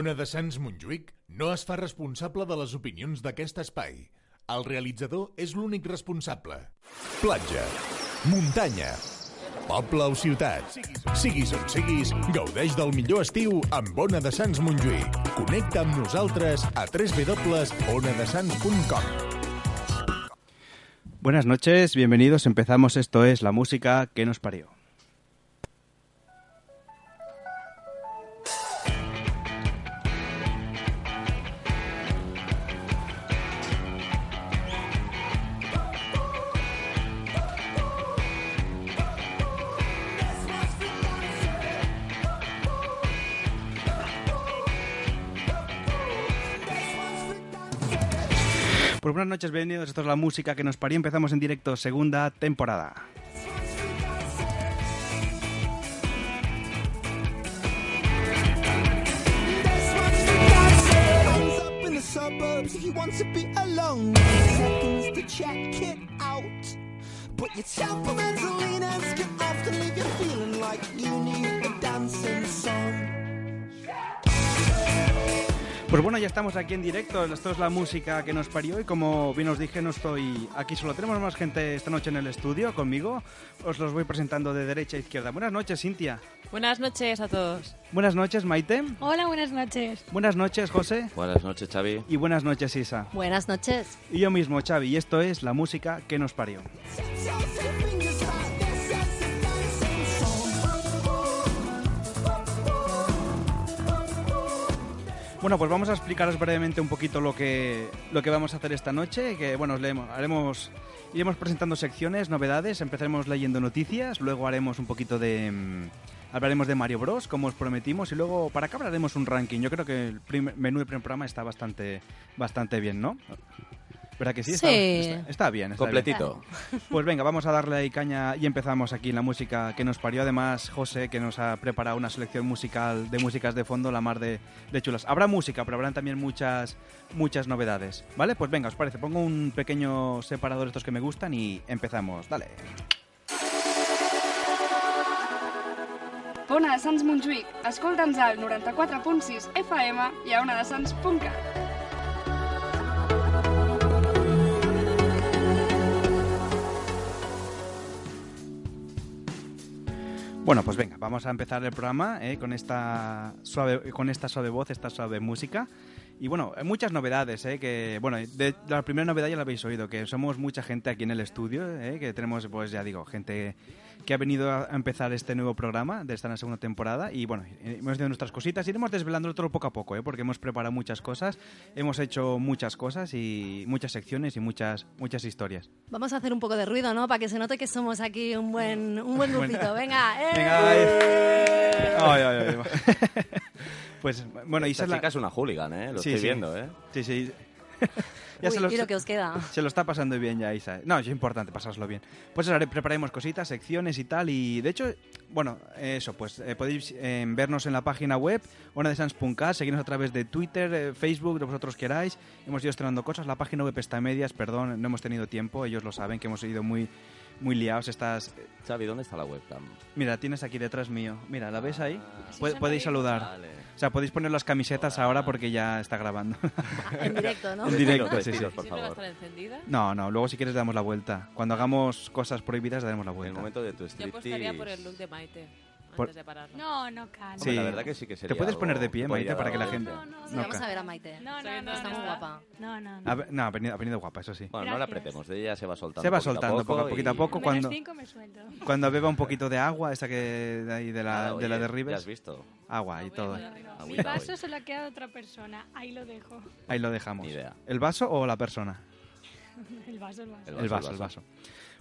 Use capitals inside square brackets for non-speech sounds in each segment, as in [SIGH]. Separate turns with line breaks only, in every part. Ona de Sants Montjuïc no es fa responsable de les opinions d'aquest espai. El realitzador és l'únic responsable. Platja, muntanya, poble o ciutat. Siguis on siguis, gaudeix del millor estiu amb Ona de Sants Montjuïc. Connecta amb nosaltres a www.onadesans.com.
Buenas noches, bienvenidos. Empezamos. Esto es la música que nos parió. Pues buenas noches, bienvenidos. Esto es la música que nos parió. Empezamos en directo, segunda temporada.
Comes up in the suburbs, he wants to be alone. Seconds to check it out. Put your temperamental leaners can often leave you feeling like you need a dancing song.
Pues bueno, ya estamos aquí en directo. Esto es la música que nos parió. Y como bien os dije, no estoy aquí solo. Tenemos más gente esta noche en el estudio conmigo. Os los voy presentando de derecha a izquierda. Buenas noches, Cintia.
Buenas noches a todos.
Buenas noches, Maite.
Hola, buenas noches.
Buenas noches, José.
Buenas noches, Xavi.
Y buenas noches, Isa.
Buenas noches.
Y yo mismo, Xavi. Y esto es la música que nos parió. Bueno, pues vamos a explicaros brevemente un poquito lo que, lo que vamos a hacer esta noche. Que bueno, os leemos, haremos, iremos presentando secciones, novedades. Empezaremos leyendo noticias, luego haremos un poquito de. mm, hablaremos de Mario Bros, como os prometimos, y luego para acá hablaremos un ranking. Yo creo que el primer- menú del primer programa está bastante, bastante bien, ¿no? ¿Verdad que sí? Está,
Sí.
está- está bien. está bien.
Completito.
Pues venga, vamos a darle ahí caña y empezamos aquí en la música que nos parió. Además, José, que nos ha preparado una selección musical de músicas de fondo, la mar de, de chulas. Habrá música, pero habrán también muchas, muchas novedades. ¿Vale? Pues venga, ¿os parece? Pongo un pequeño separador de estos que me gustan y empezamos. Dale.
Ona de Sants Montjuïc. Escolta'ns al 94.6 FM i a onadesans.cat.
Bueno, pues venga, vamos a empezar el programa eh, con, esta suave, con esta suave voz, esta suave música. Y bueno, hay muchas novedades, eh, que bueno, de, la primera novedad ya la habéis oído, que somos mucha gente aquí en el estudio, eh, que tenemos, pues ya digo, gente que ha venido a a empezar este nuevo programa de esta segunda temporada y bueno, hemos tenido nuestras cositas, iremos desvelando todo poco a poco, eh, porque hemos preparado muchas cosas, hemos hecho muchas cosas y muchas secciones y muchas, muchas historias.
Vamos a hacer un poco de ruido, ¿no? Para que se note que somos aquí un buen, un buen grupito. Venga, ¡eh!
Venga, eh. Ay, ay, ay. [LAUGHS] Pues bueno, Isa
Esa
es la-
chica es una hooligan, ¿eh? Lo
Sí,
estoy
sí.
viendo, ¿eh?
Sí, sí.
[LAUGHS] Uy, y lo que os queda.
se lo está pasando bien ya, Isa. No, es importante pasároslo bien. Pues ahora prepararemos cositas, secciones y tal. Y de hecho, bueno, eso, pues eh, podéis eh, vernos en la página web, onadesans.cat, seguirnos a través de Twitter, eh, Facebook, lo que vosotros queráis. Hemos ido estrenando cosas. La página web está a medias, perdón, no hemos tenido tiempo. Ellos lo saben que hemos ido muy, muy liados estas...
Xavi, ¿dónde está la webcam?
Mira, tienes aquí detrás mío. Mira, ¿la ves ahí?
Sí,
Pod-
sí,
podéis
la veo.
saludar.
Vale.
O sea, podéis poner las camisetas ahora porque ya está grabando. [LAUGHS]
En directo, ¿no?
En
Vestidos,
directo, sí, sí.
vestidos, por
Siempre va a
favor.
estar encendida.
No, no, luego si quieres le damos la vuelta. Cuando hagamos cosas prohibidas le daremos la
En el
vuelta.
momento de tu
Yo apostaría por el
striptease...
look de Maite antes
Por-
de pararlo.
No, no, Cano.
Sí.
Hombre, La
[LAUGHS]
verdad que sí que sería
Te puedes
algo
poner de pie,
que
Maite,
podría
para que la
dar
gente...
No, no,
Sí,
No,
vamos
ca-
a ver a Maite.
No, no, no.
Está
no,
muy
no.
guapa.
No, no,
Ha
no.
ve- no, ha venido, ha venido guapa, eso sí.
Bueno, no la
Gracias.
apretemos. Ella se va soltando
Se va
poquito
soltando poco a
y-
poquito a poco cuando,
Menos cinco me suelto.
cuando beba un poquito de agua, esa que de, ahí de la,
Nada,
de, la
Ah, oye,
de
Ya has
Ribes.
visto.
Agua y todo.
No, mi
Agüita,
vaso
oye.
se lo ha quedado otra persona. Ahí lo dejo. [LAUGHS]
Ahí lo dejamos.
Ni idea.
¿El vaso o la persona?
El vaso, el vaso.
El
El vaso, el vaso.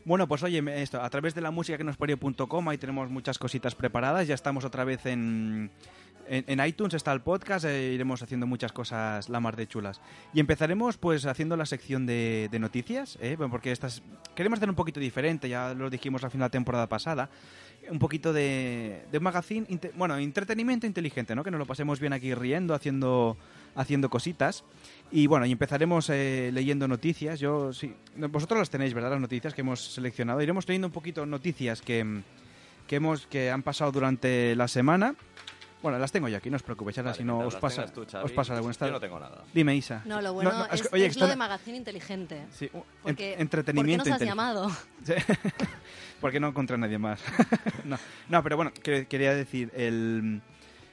Bueno, pues oye, me- esto, a través de la música que nos parió.com, ahí tenemos muchas cositas preparadas. Ya estamos otra vez en, en, en iTunes, está el podcast, eh, iremos haciendo muchas cosas la mar de chulas. Y empezaremos pues haciendo la sección de, de noticias, ¿eh? Bueno, porque estas queremos hacer un poquito diferente, ya lo dijimos al final de la temporada pasada. Un poquito de, de un magazine, inte- bueno, entretenimiento inteligente, ¿no? Que nos lo pasemos bien aquí riendo, haciendo, haciendo cositas. Y bueno, y empezaremos eh, leyendo noticias. Yo sí, no, vosotros las tenéis, ¿verdad? Las noticias que hemos seleccionado. Iremos leyendo un poquito noticias que, mm, que hemos que han pasado durante la semana Bueno, las tengo yo aquí, no os preocupéis. Ahora
Vale,
si no
mientras
os
las
pasa,
tengas tú, Xavi,
os pasa alguna
Yo no tengo nada.
Dime, Isa.
No, lo bueno
no,
es,
que- oye,
es
que
lo
esto
de
no-
magazine inteligente.
Sí, un-
Porque,
en- entretenimiento
¿Por qué nos
inteligen-
has llamado?
[LAUGHS] Sí. Porque no encontré a nadie más. [LAUGHS] no. No, pero bueno, que- quería decir el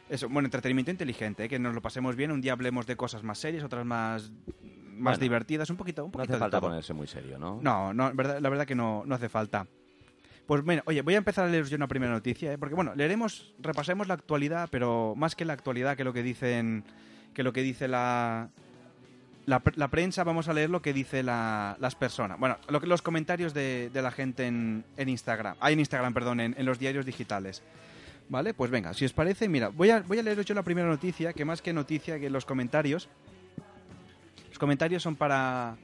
eso, bueno, entretenimiento inteligente, ¿eh? que nos lo pasemos bien, un día hablemos de cosas más serias, otras más
Bueno.
más divertidas, un poquito, un
No
poquito
hace
de
falta
todo.
ponerse muy serio, ¿no?
No, no, en verdad- la verdad que no, no hace falta. Pues bueno, oye, voy a empezar a leeros yo una primera noticia, ¿eh? porque bueno, leeremos, repasaremos la actualidad, pero más que la actualidad, que lo que dicen, que lo que dice la, la, pre- la prensa, vamos a leer lo que dice la- las personas. Bueno, lo que- los comentarios de, de la gente en, en Instagram, ah, en Instagram, perdón, en, en los diarios digitales. Vale, pues venga, si os parece, mira, voy a, voy a leeros yo la primera noticia, que más que noticia, que los comentarios. Los comentarios son para,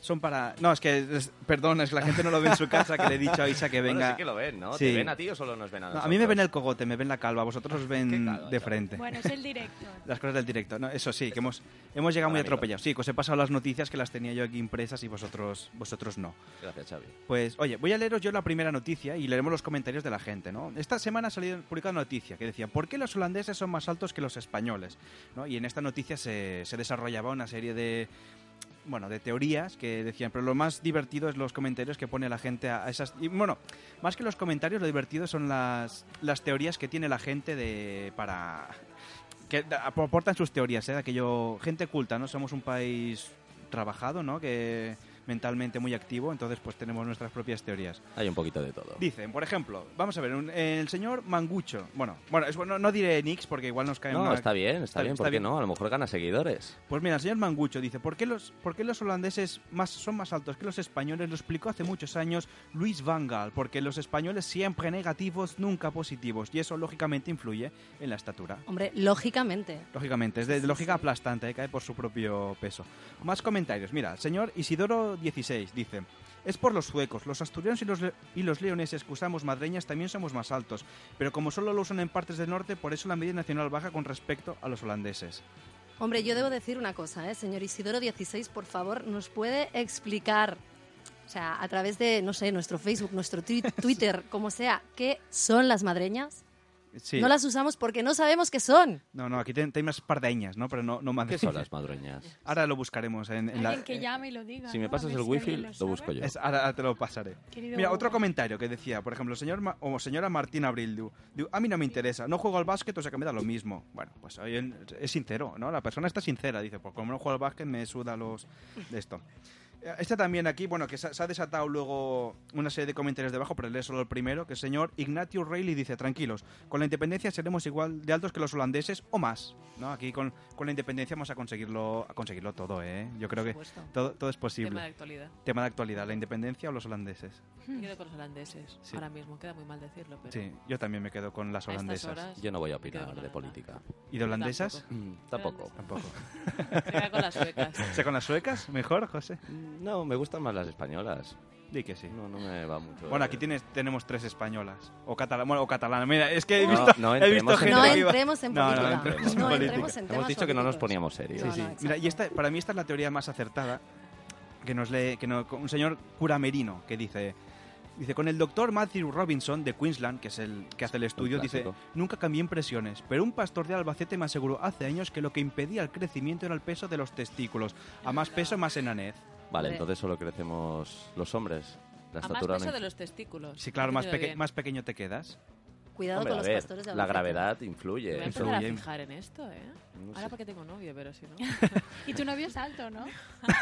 son para. No, es que. es- perdón, es que la gente no lo ve en su casa, que le he dicho a Isa que venga.
[LAUGHS] Bueno, sí que lo ven, ¿no?
Sí.
¿Te ven a ti o solo nos ven a
No,
nosotros?
a mí me ven el cogote, me ven la calva, vosotros os
[LAUGHS]
ven
Qué calva,
de
chaval.
frente.
Bueno, es el director.
[LAUGHS] Las cosas del directo, ¿no? Eso sí, que hemos, hemos llegado muy
Para mí no.
atropellados. Sí, que os he pasado las noticias que las tenía yo aquí impresas y vosotros, vosotros no.
Gracias, Xavi.
Pues, oye, voy a leeros yo la primera noticia y leeremos los comentarios de la gente, ¿no? Esta semana ha salido publicada una noticia que decía ¿Por qué los holandeses son más altos que los españoles? ¿No? Y en esta noticia se, se desarrollaba una serie de... Bueno, de teorías que decían, pero lo más divertido es los comentarios que pone la gente a a esas... Y bueno, más que los comentarios, lo divertido son las, las teorías que tiene la gente de para... que da- aportan sus teorías, ¿eh? De Aquello, gente culta, ¿no? Somos un país trabajado, ¿no? Que mentalmente muy activo, entonces pues tenemos nuestras propias teorías.
Hay un poquito de todo.
Dicen, por ejemplo, vamos a ver, un- el señor Mangucho, bueno, bueno, es, no, no diré Nix porque igual nos cae
No,
una-
está bien, está, bien, ¿por qué no? A lo mejor gana seguidores.
Pues mira, el señor Mangucho dice, ¿por qué los, por qué los holandeses más, son más altos que los españoles? Lo explicó hace muchos años Luis Van Gaal, porque los españoles siempre negativos, nunca positivos, y eso lógicamente influye en la estatura.
Hombre, lógicamente.
Lógicamente, es de, de lógica aplastante, ¿eh? cae por su propio peso. Más comentarios. Mira, el señor Isidoro16 dice: Es por los suecos, los asturianos y los, le- y los leoneses que usamos madreñas también somos más altos, pero como solo lo usan en partes del norte, por eso la media nacional baja con respecto a los holandeses.
Hombre, yo debo decir una cosa, ¿eh? señor Isidoro 16, por favor, nos puede explicar, o sea, a través de, no sé, nuestro Facebook, nuestro twi-
[LAUGHS]
Twitter, como sea, qué son las madreñas.
Sí.
No las usamos porque no sabemos qué son.
no, no, aquí ten- hay unas pardeñas, ¿no? Pero no, no
¿Qué
madreñas.
son las madroñas?
Ahora lo buscaremos en, en la.
Alguien que llame y lo diga.
eh, Si me
¿no? A
pasas
ver
el
si
wifi,
alguien
lo,
sabe.
busco yo.
Es- ahora te lo pasaré.
Querido
Mira,
Hugo.
otro comentario que decía, por ejemplo, el señor Ma- o señora Martín Abrildu. diu, a mí no me interesa, no juego al básquet, o sea que me da lo mismo. Bueno, pues ahí él es sincero, ¿no? La persona está sincera, dice, pues como no juego al básquet me suda los de esto. Eh, Este también aquí, bueno, que se ha- se ha desatado luego una serie de comentarios debajo, pero leer solo el primero, que el señor Ignatius Reilly dice, tranquilos, con la independencia seremos igual de altos que los holandeses o más, ¿no? Aquí con, con la independencia vamos a conseguirlo, a conseguirlo todo, ¿eh? Yo creo que
supuesto.
todo, todo es posible.
Tema de actualidad.
Tema de actualidad, la independencia o los holandeses.
Me quedo con los holandeses.
Sí.
Ahora mismo, queda muy mal decirlo, pero
Sí, yo también me quedo con las
a estas
holandesas.
horas...
Yo no voy a
me quedo
opinar
con
de
la-
política.
¿Y de holandesas?
Tampoco.
Mm, Tampoco.
[LAUGHS] Tampoco.
Me quedo con las suecas.
¿O sea, con las suecas? ¿Mejor, José?
Mm, No, me gustan más las españolas.
Di que sí.
No, no me va mucho.
[LAUGHS] Bueno, aquí tienes, tenemos tres españolas. O catalana. Bueno, o catalana. Mira, es que he
No,
visto,
no
he visto
entremos en
gente
No
que iba-
entremos en
No, no
política.
entremos en
No
política.
entremos en
Hemos
temas
dicho que no nos
políticos.
poníamos serios.
No,
Sí,
no,
sí. Mira, y
exacto.
esta, para mí esta es la teoría más acertada que nos lee que no- un señor cura merino que dice dice con el doctor Matthew Robinson de Queensland que es el que hace el estudio dice
clásico.
nunca cambié impresiones pero un pastor de Albacete me aseguró hace años que lo que impedía el crecimiento era el peso de los testículos a más peso más enanez
Vale,
Hombre.
entonces solo crecemos los hombres. La
A más
estatura
peso
no-
de los testículos.
sí claro
He
más,
entendido
peque-
bien.
más pequeño te quedas
Cuidado
Hombre,
con
a
los
ver,
pastores
la
de
¿eh?
Albacete.
gravedad
Me voy a
influye.
empezar a
influye.
fijar en esto, ¿eh?
No sé.
Ahora porque tengo novio, pero si no...
[LAUGHS] Y tu novio es alto, ¿no?
[LAUGHS]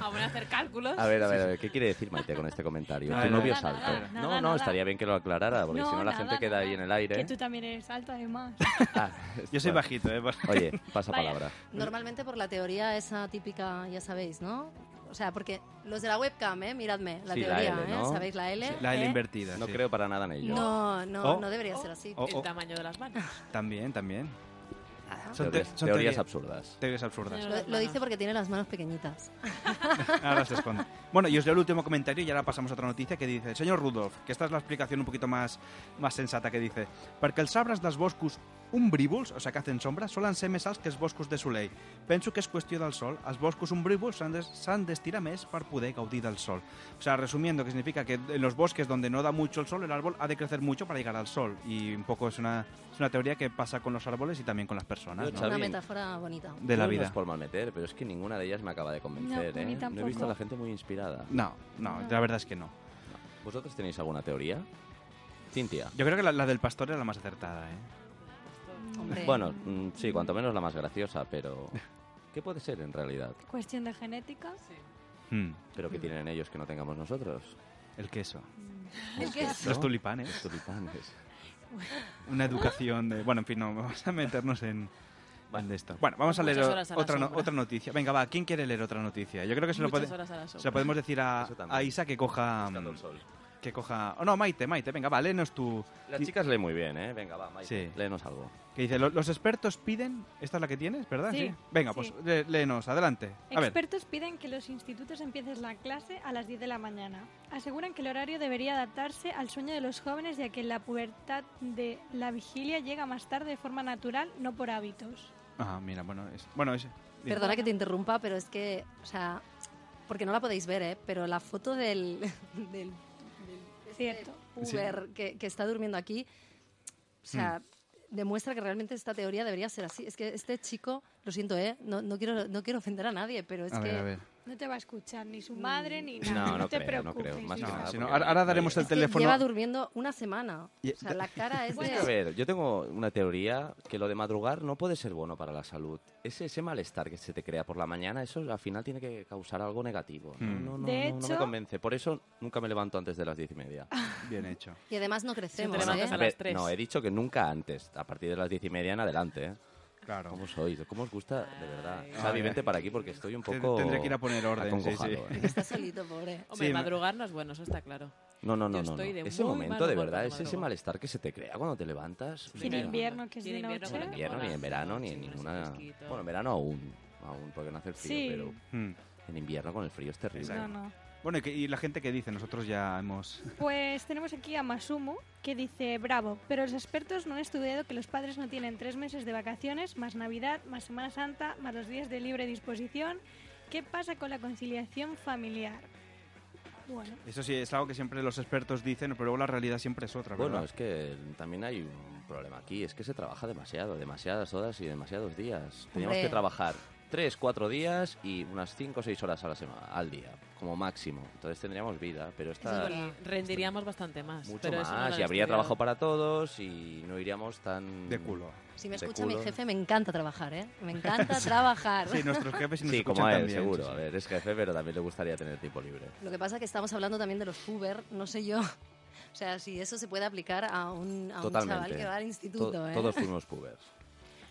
Aún hacer cálculos.
A ver, a ver, a ver, ¿qué quiere decir Maite con este comentario?
Nada,
Tu novio es
nada,
alto.
nada,
no,
nada,
no,
nada.
estaría bien que lo aclarara, porque
No,
si no la
nada,
gente queda
nada.
ahí en el aire.
¿eh?
Que
[LAUGHS]
tú también eres alto, además.
Ah,
yo soy
bueno.
bajito ¿eh?
Oye, pasa
Vaya.
palabra.
[LAUGHS] Normalmente por la teoría esa típica, ya sabéis, ¿no? O sea, porque los de la webcam, ¿eh? Miradme, la
Sí, la
teoría,
L,
¿eh?
¿no?
¿Sabéis la L?
la L
¿eh?
invertida
No
sí.
creo para nada en ello.
No, no,
Oh.
no debería ser así.
Oh,
El
oh,
tamaño de las manos.
también también
Nada.
Son
Teorías,
te- son
teorías
teoría-
absurdas.
teorías absurdas
Señor-
Lo, lo dice porque tiene las manos pequeñitas.
[LAUGHS] Ahora se esconde. Ah, Bueno, y os leo el último comentario y ahora pasamos a otra noticia que dice, señor Rudolf, que esta es la explicación un poquito más, más sensata que dice, perquè els arbres dels boscos Umbrívols, o sigui que hacen sombra, solen ser més alts que els boscos de Soleil. Penso que és qüestió del sol. Els boscos umbrívols s'han de- s'han d'estirar més per poder gaudir del sol. O sea, resumiendo, que significa que en los bosques donde no da mucho el sol, el árbol ha de crecer mucho para llegar al sol. Y un poco es una, es una teoría que pasa con los árboles y también con las personas,
Yo,
¿no?
Xavi,
Una
bien.
metáfora bonita.
De la
No, No
vida.
es por malmeter, pero es que ninguna de ellas me acaba de convencer,
No, a mí
¿eh? No he visto
tampoco.
a la gente muy inspirada.
No, no,
No.
la verdad es que no.
¿Vosotros tenéis alguna teoría? Cintia.
Yo creo que la, la del pastor era la más acertada, ¿eh?
Hombre.
Bueno, mm, sí, cuanto menos la más graciosa,
[LAUGHS]
pero... ¿Qué puede ser en realidad?
Cuestión de genética.
Hmm,
¿Pero qué tienen ellos que no tengamos nosotros?
el queso.
El que es-
Los
¿No?
tulipanes.
Tulipanes.
Una educación de... Bueno, en fin, no vamos a meternos en... en de esto. Bueno, vamos a leer
Muchas horas a la
otra, no-
sombra.
otra noticia. Venga, va, ¿quién quiere leer otra noticia? Yo creo que se lo,
Muchas
pode-
horas a la
se lo
sombra.
podemos decir a,
Eso también.
a Isa que coja...
Buscando
mm,
el sol.
Que coja... Oh, no, Maite, Maite, venga, va, léenos tú.
Las
Y-
chicas leen muy bien, ¿eh? Venga, va, Maite,
Sí.
léenos algo.
Que dice, "Lo- los expertos piden... Esta es la que tienes, ¿verdad?
Sí,
Venga,
sí.
pues lé- léenos, adelante. A ver.
Expertos piden que los institutos empiecen la clase a las 10 de la mañana. Aseguran que el horario debería adaptarse al sueño de los jóvenes ya que la pubertad de la vigilia llega más tarde de forma natural, no por hábitos.
Ah, mira, bueno, es... Bueno, es... dime.
Perdona que te interrumpa, pero es que, o sea, porque no la podéis ver, ¿eh? Pero la foto del, del, del este
Cierto.
puber que, que está durmiendo aquí, o sea,
Mm.
demuestra que realmente esta teoría debería ser así. Es que este chico, lo siento, ¿eh? No, no quiero, no quiero ofender a nadie, pero es
A
que... Mm.
ver, a ver.
No te va a escuchar ni su madre ni
No,
nada.
no
te
creo, no
preocupes.
creo. Más
hija.
que nada.
Si no,
porque
ahora, ahora
no
daremos
llega.
el
es que
teléfono...
lleva durmiendo una semana.
Y-
O sea, la cara
Es
es
que, a
de...
ver, yo tengo una teoría que lo de madrugar no puede ser bueno para la salud. Ese, ese malestar que se te crea por la mañana, eso al final tiene que causar algo negativo. No,
Mm.
no, no,
De
no, no me
hecho-
convence. Por eso nunca me levanto antes de las diez y media.
Bien hecho.
Y además no crecemos,
Te levantas
¿eh?
a las tres.
no, he dicho que nunca antes. A partir de las diez y media en adelante. ¿eh?
Claro.
¿Cómo sois? ¿Cómo os gusta? De verdad.
Ay.
Xavi,
Ay.
vente para aquí porque estoy un
Te-
poco...
tendré que ir a poner orden, sí, sí.
acongojado, ¿eh?
Está solito, pobre.
Hombre,
Sí, me-
madrugar no es bueno, eso está claro.
No, no,
Yo
no, no.
estoy
no.
de
Ese
muy
momento,
mal
de
humor
verdad, es
cuando
ese
madrugo.
malestar que se te crea cuando te levantas.
Sí, en
Mira.
invierno, que es de noche.
Ni en invierno, ni en verano, ni en ninguna... Bueno, en verano aún, aún porque no hace el frío,
Sí.
pero
Mm.
en invierno con el frío es terrible.
No, no.
Bueno, ¿y, que- y la gente que dice, nosotros ya hemos...
Pues tenemos aquí a Masumo que dice, bravo, pero los expertos no han estudiado que los padres no tienen tres meses de vacaciones, más Navidad, más Semana Santa, más los días de libre disposición. ¿Qué pasa con la conciliación familiar? Bueno,
Eso sí, es algo que siempre los expertos dicen, pero luego la realidad siempre es otra,
Bueno,
¿verdad?
es que también hay un problema aquí, es que se trabaja demasiado, demasiadas horas y demasiados días. Teníamos
Hombre.
que trabajar tres, cuatro días y unas cinco o seis horas a la semana, al día, como máximo. Entonces tendríamos vida, pero
Eso es
está
verdad.
Rendiríamos bastante más.
mucho
pero eso no lo
más
han
y habría
estudiado.
trabajo para todos y no iríamos tan...
De culo.
Si me
de
escucha mi
culo.
jefe, me encanta trabajar, ¿eh?
[LAUGHS]
Me encanta trabajar.
Sí, nuestros jefes y nos
Sí, como
escuchan
a él,
también,
seguro.
sí, sí.
A ver, es jefe, pero también le gustaría tener tiempo libre.
Lo que pasa es que estamos hablando también de los Uber, no sé yo. O sea, si eso se puede aplicar a un, a un
Totalmente.
chaval que va al instituto,
To-
¿eh?
Todos fuimos pubers.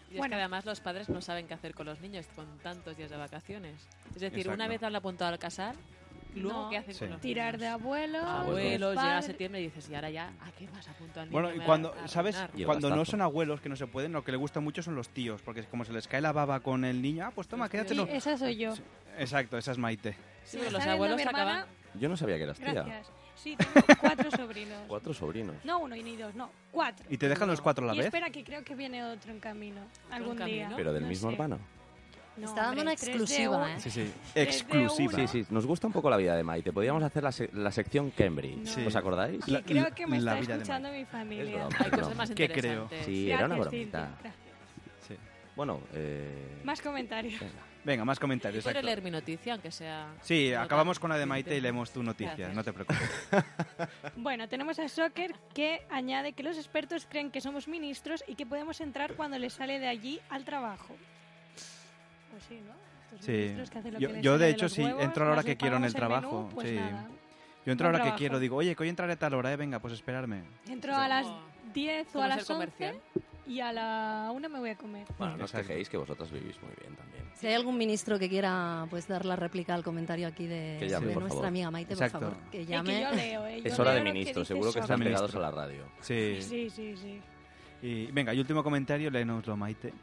Y es
Bueno.
que además los padres no saben qué hacer con los niños con tantos días de vacaciones. Es decir,
Exacto.
una vez han apuntado al casal, luego
No.
¿qué hacen
Sí.
con los
tirar de
niños?
abuelos,
abuelos, llega
padres-
septiembre y dices, y ahora ya, ¿a qué más apunto al niño?
Bueno,
Me
y
va
cuando,
a
¿sabes?
arruinar".
Y el
Cuando no
gastazo.
son abuelos que no se pueden, lo que le gusta mucho son los tíos, porque como se les cae la baba con el niño, ah, pues toma,
Los tíos.
quédatelo.
Sí, esa soy yo.
Exacto, esa es Maite.
Sí,
Me
pero
está
los
viendo
abuelos
mi hermana.
acaban...
Yo no sabía que eras tía.
Gracias. Sí,
[LAUGHS]
tengo cuatro sobrinos.
Cuatro sobrinos.
No uno y ni dos, no, cuatro.
¿Y te dejan los cuatro a la
Y
vez?
espera que creo que viene otro en camino, algún día.
camino?
Pero del
No
mismo
sé.
hermano.
No,
Está dando
hombre,
una
tres de
exclusiva,
un-
¿eh?
sí.
de
Exclusiva.
una.
Sí, sí, nos gusta un poco la vida de Maite. Podríamos hacer la, se- la sección Cambridge.
No.
Sí.
¿Os acordáis?
Y
La-
creo que me
la
está
vida de
escuchando mi
Es
familia.
broma,
Hay
es broma.
cosas más
¿Qué creo?
interesantes.
Sí, era una
Gracias, Cintia.
bromita.
Gracias.
Sí.
Bueno, eh...
Más comentarios.
venga.
Venga, más comentarios.
Quiero
exacto.
leer mi noticia, aunque sea...
Sí,
no tan
acabamos con la de Maite y
triste.
leemos tu noticia,
Gracias.
no te preocupes.
Bueno, tenemos a Soccer que añade que los expertos creen que somos ministros y que podemos entrar cuando les sale de allí al trabajo. Pues sí, ¿no? Estos
Sí.
ministros que hacen lo
Yo-
que les
yo, de
sale
hecho,
los
sí,
huevos,
entro a la hora
más
que
les
quiero en el
pagamos
trabajo,
menú, pues
sí.
nada.
Yo entro ahora que
trabajo.
quiero, digo, oye, que hoy entraré a tal hora, eh, venga, pues espérame.
Entro a las 10 o
¿Cómo
a
es el
las 11
comercial?
y a la 1 me voy a comer.
Bueno, no os
Exacto.
quejéis que vosotras vivís muy bien también.
Si hay algún ministro que quiera pues dar la réplica al comentario aquí de,
Que llame,
de
por
nuestra
favor.
amiga Maite,
Exacto.
por favor, que
Y que
llame.
yo
[LAUGHS]
leo, ¿eh? Yo
Es hora de
leo lo
ministros,
dice
seguro que
Soccer.
están
Ministro.
pegados a la radio.
Sí.
Sí, sí, sí.
Y venga, y último comentario, léenoslo, Maite.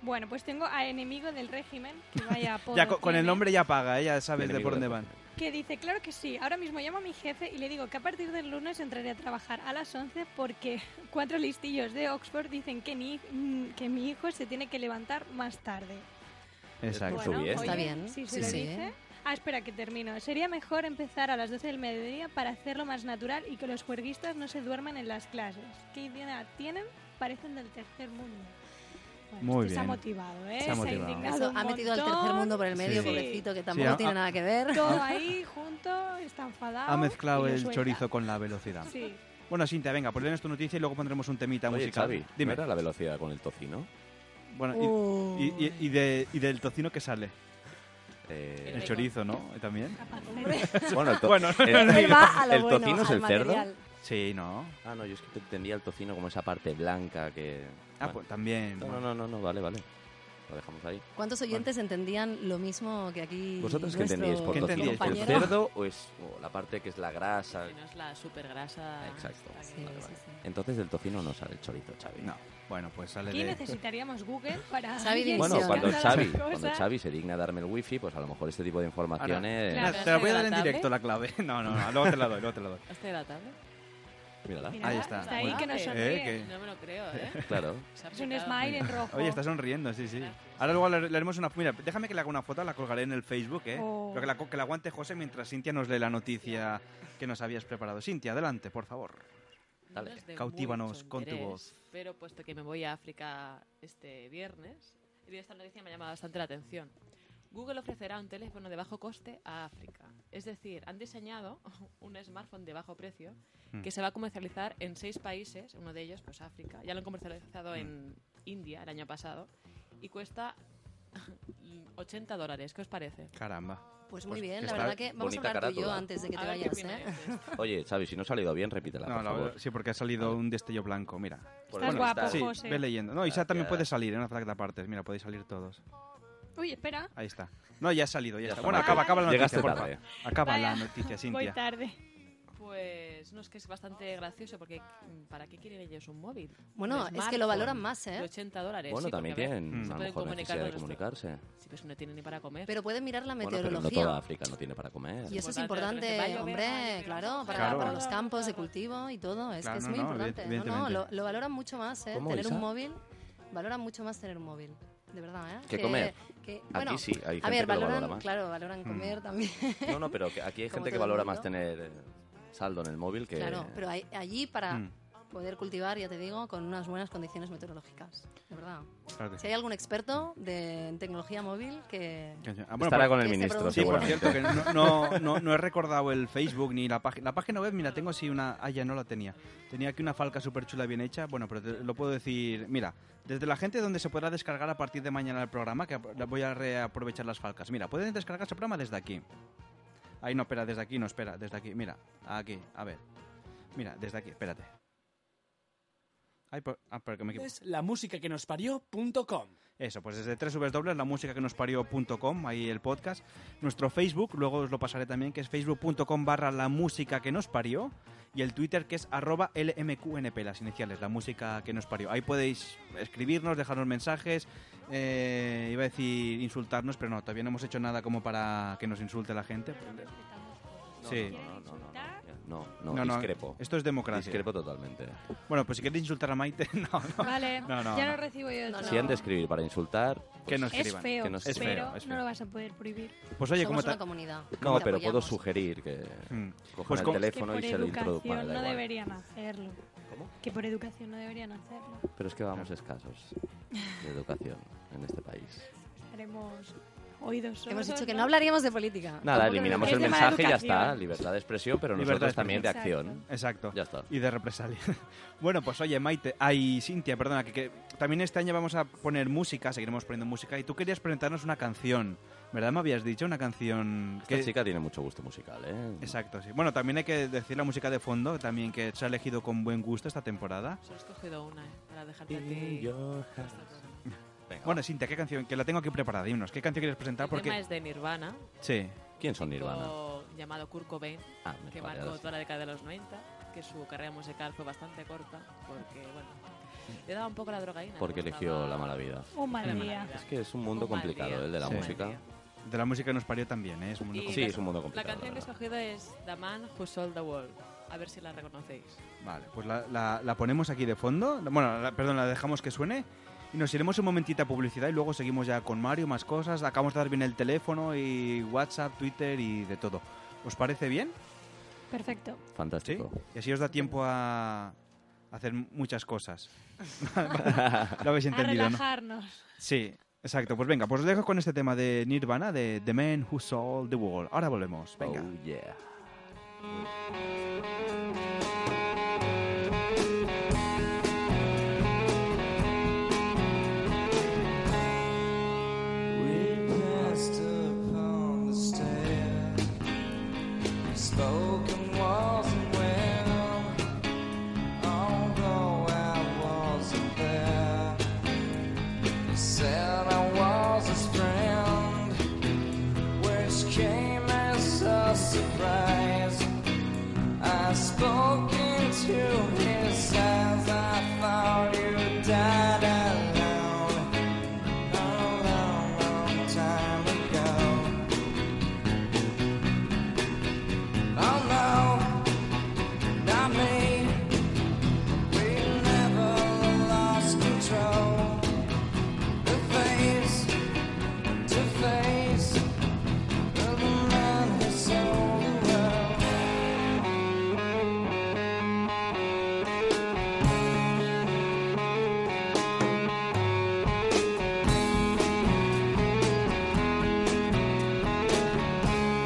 Bueno, pues tengo a enemigo del régimen, que vaya apodo
Ya co- con el
tiene,
nombre ya paga, ¿eh? ya sabes de
Enemigo
por dónde
del
van.
Que dice, claro que sí, ahora mismo llamo a mi jefe y le digo que a partir del lunes entraré a trabajar a las 11 porque [LAUGHS] cuatro listillos de Oxford dicen que, ni, mm, que mi hijo se tiene que levantar más tarde.
Exacto.
Bueno, bien.
Está bien,
Si se
sí,
lo
sí.
dice... Ah, espera, que termino. Sería mejor empezar a las 12 del mediodía para hacerlo más natural y que los juerguistas no se duerman en las clases. ¿Qué idea tienen? Parecen del tercer mundo. Bueno,
Muy
este Se ha
bien.
motivado, ¿eh?
Se ha
Se ha,
motivado.
indignado
Eso,
un
ha metido al
montón.
tercer mundo por el medio,
Sí.
pobrecito, que
Sí,
tampoco
a-
tiene
a-
nada que ver. [LAUGHS]
Todo ahí junto, está enfadado.
Ha mezclado
y lo
el
suelta.
chorizo con la velocidad.
Sí.
Bueno, Cintia, venga, pues lenos tu noticia y luego pondremos un temita
Oye,
musical.
Xavi, ¿no
Dime.
era la velocidad con el tocino?
Bueno, y- y,
Uy.
y- y de- y del tocino que sale.
Eh,
El chorizo, ¿no? También.
[LAUGHS] bueno, el, to-
Bueno,
el-
Ah, Él va a lo
el
bueno,
tocino es
al
el cerdo.
material.
Sí, ¿no?
Ah, no, yo es que entendía el tocino como esa parte blanca que...
Ah,
Bueno.
pues también.
No, no, no, no, no, vale, vale. Lo dejamos ahí.
¿Cuántos oyentes entendían lo mismo que aquí
¿Vosotros qué
nuestro
entendíais por
¿Qué
tocino?
entendíais por
¿El
compañero?
cerdo o es o la parte que es la grasa?
Que no es la supergrasa.
Exacto.
esta
Sí,
que-
Vale,
sí,
vale.
sí.
Entonces del tocino no sale el chorizo, Xavi.
No. Bueno, pues sale
Aquí
de.
necesitaríamos Google para... [LAUGHS]
Xavi
alguien
Bueno,
Bueno,
que
cuando el
entienda [LAUGHS]
Xavi,
las
cuando el
cosas.
Xavi se digna a darme el wifi, pues a lo mejor este tipo de informaciones...
Ahora,
Te la voy a dar en
¿Tratable?
directo la clave. [LAUGHS] No, no, no, luego te la doy, luego te la doy.
¿Hasta de la tabla?
Mírala.
Mira,
Ahí está.
Está ahí
Bueno.
que nos
Eh,
sonríe.
que-
No me lo creo, ¿eh?
Claro.
Se ha
Es un
aplicado.
smile en rojo.
Oye, está sonriendo, sí, sí.
Gracias.
Ahora luego le, le haremos una... Mira, déjame que le haga una foto, la colgaré en el Facebook, ¿eh?
Oh.
Pero que la, co- que la aguante José mientras Cintia nos lee la noticia que nos habías preparado. Cintia, adelante, por favor.
Dale.
No es de
Cautívanos
mucho
con tu
interés,
voz.
Pero puesto que me voy a África este viernes, he leído esta noticia me ha llamado bastante la atención. Google ofrecerá un teléfono de bajo coste a África. Es decir, han diseñado [LAUGHS] un smartphone de bajo precio
Hmm.
que se va a comercializar en seis países, uno de ellos, pues África. Ya lo han comercializado
Hmm.
en India el año pasado y cuesta [LAUGHS] 80 dólares. ¿Qué os parece?
Caramba. Pues
Pues muy bien, la
está
verdad que vamos a
bonita
hablar tú y yo
carátula.
antes de que
A
te
ver qué
vayas,
opináis
¿eh?
de esto.
Oye, Xavi, si no ha salido bien, repítela,
No,
por
la-
favor.
sí, porque ha salido un destello blanco, mira.
Por
Estás
el
guapo,
cristal.
sí,
José.
ve leyendo. No, Isa también
Gracias.
puede salir, ¿eh? no hace falta partes. Mira, podéis salir todos.
Uy, espera.
Ahí está. No, ya ha salido,
Ya
ya, está.
está,
Bueno,
Marco.
acaba, acaba la
Llegaste
noticia, por
tarde.
favor. Acaba la
Vaya.
noticia,
[LAUGHS]
Voy
Cintia.
tarde.
Pues no, es que es bastante gracioso porque mm, ¿para qué quieren ellos un móvil?
Bueno,
Un
es que lo valoran
smartphone
más,
De
¿eh?
80 dólares.
Bueno,
sí,
también
porque, a ver,
tienen
se
a lo
pueden
mejor
comunicar
necesidad de
con nuestro-
comunicarse.
Sí, pues no tienen ni para comer.
Pero pueden mirar la
Bueno, pero no
meteorología.
toda África no tiene para comer.
y eso es
Importante,
importante,
va a llover, va a
hombre,
llover.
claro, para,
Claro.
para los campos de cultivo y todo, es
Claro,
que es
no,
muy
no,
importante. No, no,
evidentemente.
lo, lo valoran mucho más, ¿eh?
¿Cómo,
Tener
Isa?
un móvil, valoran mucho más tener un móvil, de verdad, ¿eh?
Que comer.
que-
Aquí
bueno,
sí, hay gente
a ver,
que lo valora
valoran,
más. Mm.
claro, valoran comer también.
[LAUGHS] No, no, pero que aquí hay
Como
gente que
todo el
valora
mundo.
más tener eh, saldo en el móvil [LAUGHS] que...
Claro, pero hay- allí para
Mm,
poder cultivar, ya te digo, con unas buenas condiciones meteorológicas, de verdad.
claro que sí.
Si hay algún experto de, en tecnología móvil que...
Ah, bueno,
Estará
por-
con el
que se
ministro,
produce.
Sí, por
seguramente.
cierto, que
[LAUGHS]
no, no, no- no he recordado el Facebook ni la página. La página web, mira, tengo así una. Ah, ya no la tenía. Tenía aquí una falca súper chula bien hecha. Bueno, pero te- lo puedo decir. Mira, desde la gente donde se podrá descargar a partir de mañana el programa, que ap- voy a reaprovechar las falcas. Mira, pueden descargar el programa desde aquí. Ahí no, espera, desde aquí, no, espera, desde aquí. Mira, aquí, a ver. Mira, desde aquí, espérate. Ay, por- ah, pero que me equivoco.
Es la música que nos parió.com.
Eso, pues desde www.lamusicaquenosparió.com, ahí el podcast. Nuestro Facebook, luego os lo pasaré también, que es facebook.com barra la música que nos parió. Y el Twitter, que es arroba lmqnp, las iniciales, la música que nos parió. Ahí podéis escribirnos, dejarnos mensajes, eh, iba a decir insultarnos, pero no, todavía no hemos hecho nada como para que nos insulte la gente. Sí.
No, no, no,
¿Insultar?
no, no, no, no, discrepo.
Esto es democracia.
Discrepo totalmente.
Bueno, pues si queréis insultar a Maite, [LAUGHS] no, no.
Vale,
No, no,
ya
no.
no recibo yo
No,
eso.
no.
Si han de escribir para insultar... pues-
Que nos
Es
escriban.
feo,
que nos
pero
escriban.
Es feo.
no lo vas a poder prohibir.
Pues oye, como
Somos una
tal...
comunidad.
No,
te
pero puedo
apoyamos.
sugerir que cojan
Pues
el
con-
que por
teléfono y se lo introduzcan.
educación
da
no
igual.
deberían hacerlo.
¿Cómo?
Que por educación no deberían hacerlo.
Pero es que vamos
[LAUGHS]
escasos de educación en este país.
Estaremos oídos
Hemos
sordos,
dicho que no hablaríamos de política.
Nada,
Tampoco
eliminamos
nos-
Es
el
de mala
mensaje y ya
educación.
está. Libertad de expresión, pero
Libertad
nosotros
de
también de
expresión.
acción.
Exacto.
Ya está.
y de represalia. [LAUGHS] bueno, pues oye, Maite, ay, Cintia, perdona, que, que también este año vamos a poner música, seguiremos poniendo música, y tú querías presentarnos una canción, ¿verdad? Me habías dicho una canción
Esta
que...
chica tiene mucho gusto musical, ¿eh?
Exacto, sí. Bueno, también hay que decir la música de fondo, también que se ha elegido con buen gusto esta temporada.
Solo he escogido una, eh, para dejarte a
In
ti.
your
Hasta
hands.
luego.
Venga,
Bueno, Cintia, ¿qué canción? Que la tengo aquí preparada, dinos. ¿Qué canción quieres presentar?
El tema
Porque...
es de Nirvana,
Sí.
¿Quién son
un
Nirvana?
grupo llamado Kurt Cobain,
Ah, me
que
vale,
marcó
ahora sí.
toda la década de los 90, que su carrera musical fue bastante corta, porque, bueno, Le daba un poco la drogaína.
Ah, Porque
me
eligió
gustaba
la mala vida.
Un mal
la
día.
mala
Es que es un mundo
Un mal
complicado,
día,
el de la
un mal
música.
día.
De la música que nos parió también, ¿eh? Es un mundo
Y-
Sí, es un mundo
La
complicado.
canción que he
verdad.
escogido es The Man Who Sold the World. A ver si la reconocéis.
Vale, pues la, la- la ponemos aquí de fondo. Bueno, la- perdón, la dejamos que suene. Y nos iremos un momentito a publicidad y luego seguimos ya con Mario, más cosas. Acabamos de dar bien el teléfono y WhatsApp, Twitter y de todo. ¿Os parece bien?
Perfecto.
Sí.
Fantástico.
Y así os da tiempo a hacer
[LAUGHS]
muchas cosas. Lo habéis
A
entendido, ¿no?
relajarnos.
Sí, exacto. Pues venga, pues os dejo con este tema de Nirvana, de The Man Who Sold the World. Ahora volvemos. Venga.
Oh, yeah.
We passed upon the stair. Spoken wasn't well, although I wasn't there. He said I was his friend, which came as a surprise. I spoke into his eyes. I thought you died alone a long, long time ago. Oh no, not me. We never lost control. The face to face of the man who sold the world.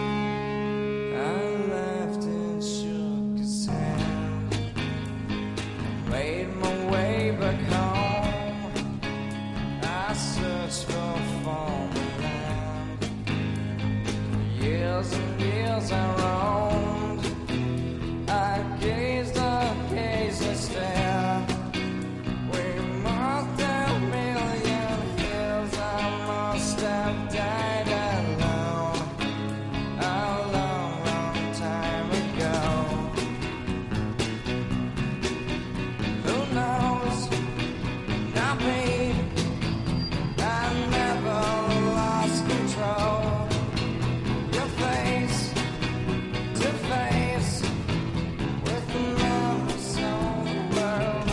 I laughed and shook his hand. Made my way back home. I searched for foreign land. Years and years I roamed. I gazed, I gazed, I stared. We must have million years. I must have died alone. A long, long time ago. Who knows? Not me. I never lost control. Your face to face with the love of the world.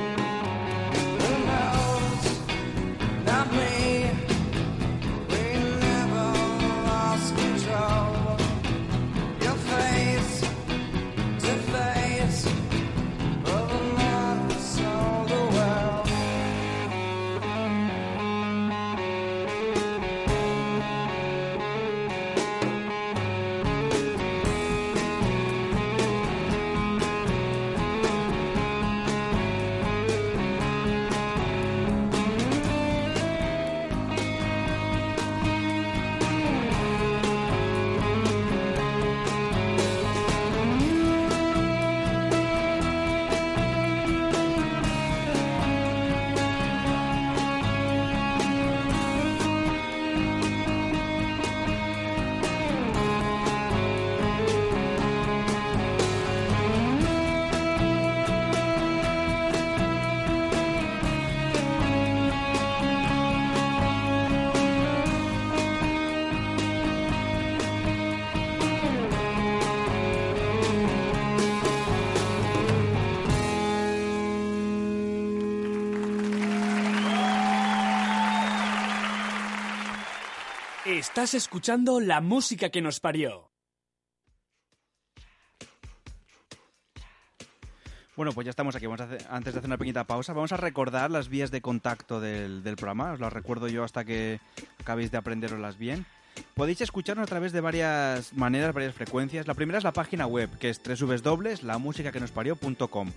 Who knows? Not me. We never lost control. Your face to face of a man who sold the world.
Estás escuchando la música que nos parió.
Bueno, pues ya estamos aquí. Vamos a hacer- antes de hacer una pequeñita pausa, vamos a recordar las vías de contacto del, del programa. Os las recuerdo yo hasta que acabéis de aprenderoslas bien. Podéis escucharnos a través de varias maneras, varias frecuencias. La primera es la página web, que es www.lamusicaquenospario.com.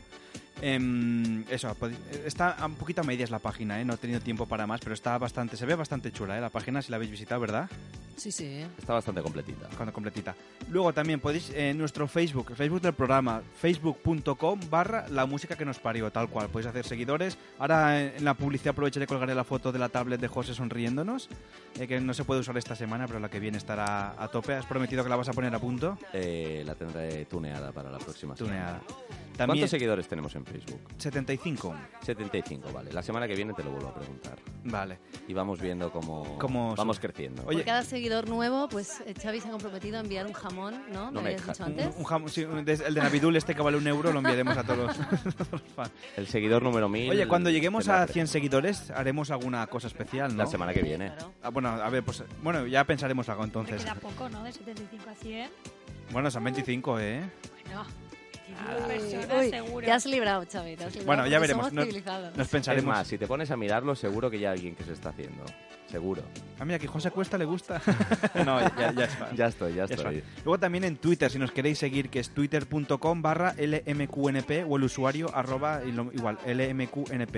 Em, eso, pod- está un poquito a medias la página, ¿eh? no he tenido tiempo para más, pero está bastante, se ve bastante chula ¿eh? la página si la habéis visitado, ¿verdad?
Sí, sí.
Está bastante completita.
Cuando completita. Luego también podéis eh, en nuestro Facebook, el Facebook del programa, facebook.com barra la música que nos parió, tal cual. Podéis hacer seguidores. Ahora eh, en la publicidad aprovecharé y colgaré la foto de la tablet de José sonriéndonos, eh, que no se puede usar esta semana, pero la que viene estará a tope. ¿Has prometido que la vas a poner a punto?
Eh, la tendré tuneada para la próxima semana.
Tuneada. También
¿Cuántos seguidores tenemos en Facebook?
75.
75, vale. La semana que viene te lo vuelvo a preguntar.
Vale.
Y vamos viendo cómo,
Cómo
vamos
sube.
creciendo.
Oye,
Por cada seguidor nuevo, pues eh, Xavi se ha comprometido a enviar un jamón, ¿no?
No me
habías
deja-
dicho
un,
antes?
un jamón- sí, un- des- el de Navidul este que vale un euro lo enviaremos a
[LAUGHS]
todos,
[LAUGHS]
a todos los fans.
El seguidor número 1000.
Oye, cuando lleguemos
tendrá
a
tres.
100 seguidores haremos alguna cosa especial, ¿no?
La semana que viene.
Claro.
Ah, bueno, a ver, pues bueno, ya pensaremos algo
Te
entonces.
queda poco, ¿no? De 75 a 100.
Bueno, son 25, ¿eh?
Bueno,
Uy,
Ah.
25 personas
uy,
seguro.
Te has librado, Xavi. te has librado,
Bueno, ya
porque
veremos.
Somos
Nos,
civilizados.
nos
Es
pensaremos.
más, si te pones a mirarlo, seguro que ya hay alguien que se está haciendo. Seguro.
Ah, mira, que José Cuesta le gusta. [LAUGHS] no, ya, ya es fan.
Ya estoy, ya
Ya es fan.
estoy.
Luego también en Twitter, si nos queréis seguir, que es twitter.com barra lmqnp o el usuario arroba y lo- igual lmqnp.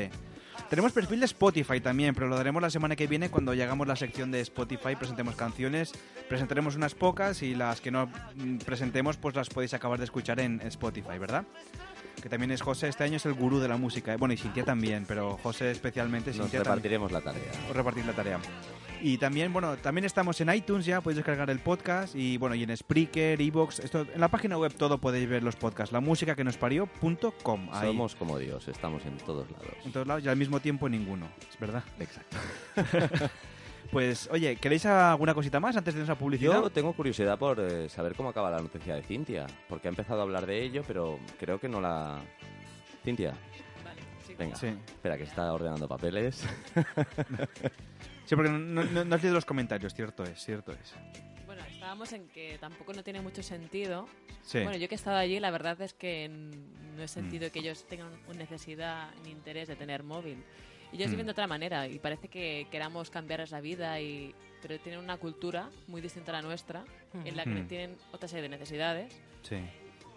Tenemos perfil de Spotify también, pero lo daremos la semana que viene cuando llegamos a la sección de Spotify, presentemos canciones, presentaremos unas pocas y las que no mm, presentemos pues las podéis acabar de escuchar en Spotify, ¿verdad? Que también es José, este año es el gurú de la música. ¿eh? Bueno, y Cintia también, pero José especialmente,
Nos
Cintia también
repartiremos la tarea.
os repartís la tarea. Y también, bueno, también estamos en iTunes ya, podéis descargar el podcast y bueno, y en Spreaker, Evox, esto en la página web todo podéis ver los podcasts, la música que nos parió.com. Ahí
Somos como Dios, estamos en todos lados.
en todos lados y al mismo tiempo ninguno, es verdad. Exacto. [LAUGHS] pues oye, ¿queréis alguna cosita más antes de irnos a publicidad?
Yo tengo curiosidad por eh, saber cómo acaba la noticia de Cintia, porque ha empezado a hablar de ello, pero creo que no la... Cintia,
Vale, sí.
venga,
Sí.
espera que está ordenando papeles.
Sí, porque no, no, no has leído los comentarios, cierto es, cierto es.
Bueno, estábamos en que tampoco no tiene mucho sentido.
Sí.
Bueno, yo que he estado allí, la verdad es que n-
Mm.
no he sentido que ellos tengan un- necesidad ni interés de tener móvil. Y yo
Mm.
estoy viendo de otra manera y parece que queramos cambiarles la vida, y, pero tienen una cultura muy distinta a la nuestra, en la que
Mm.
tienen otra serie de necesidades
sí.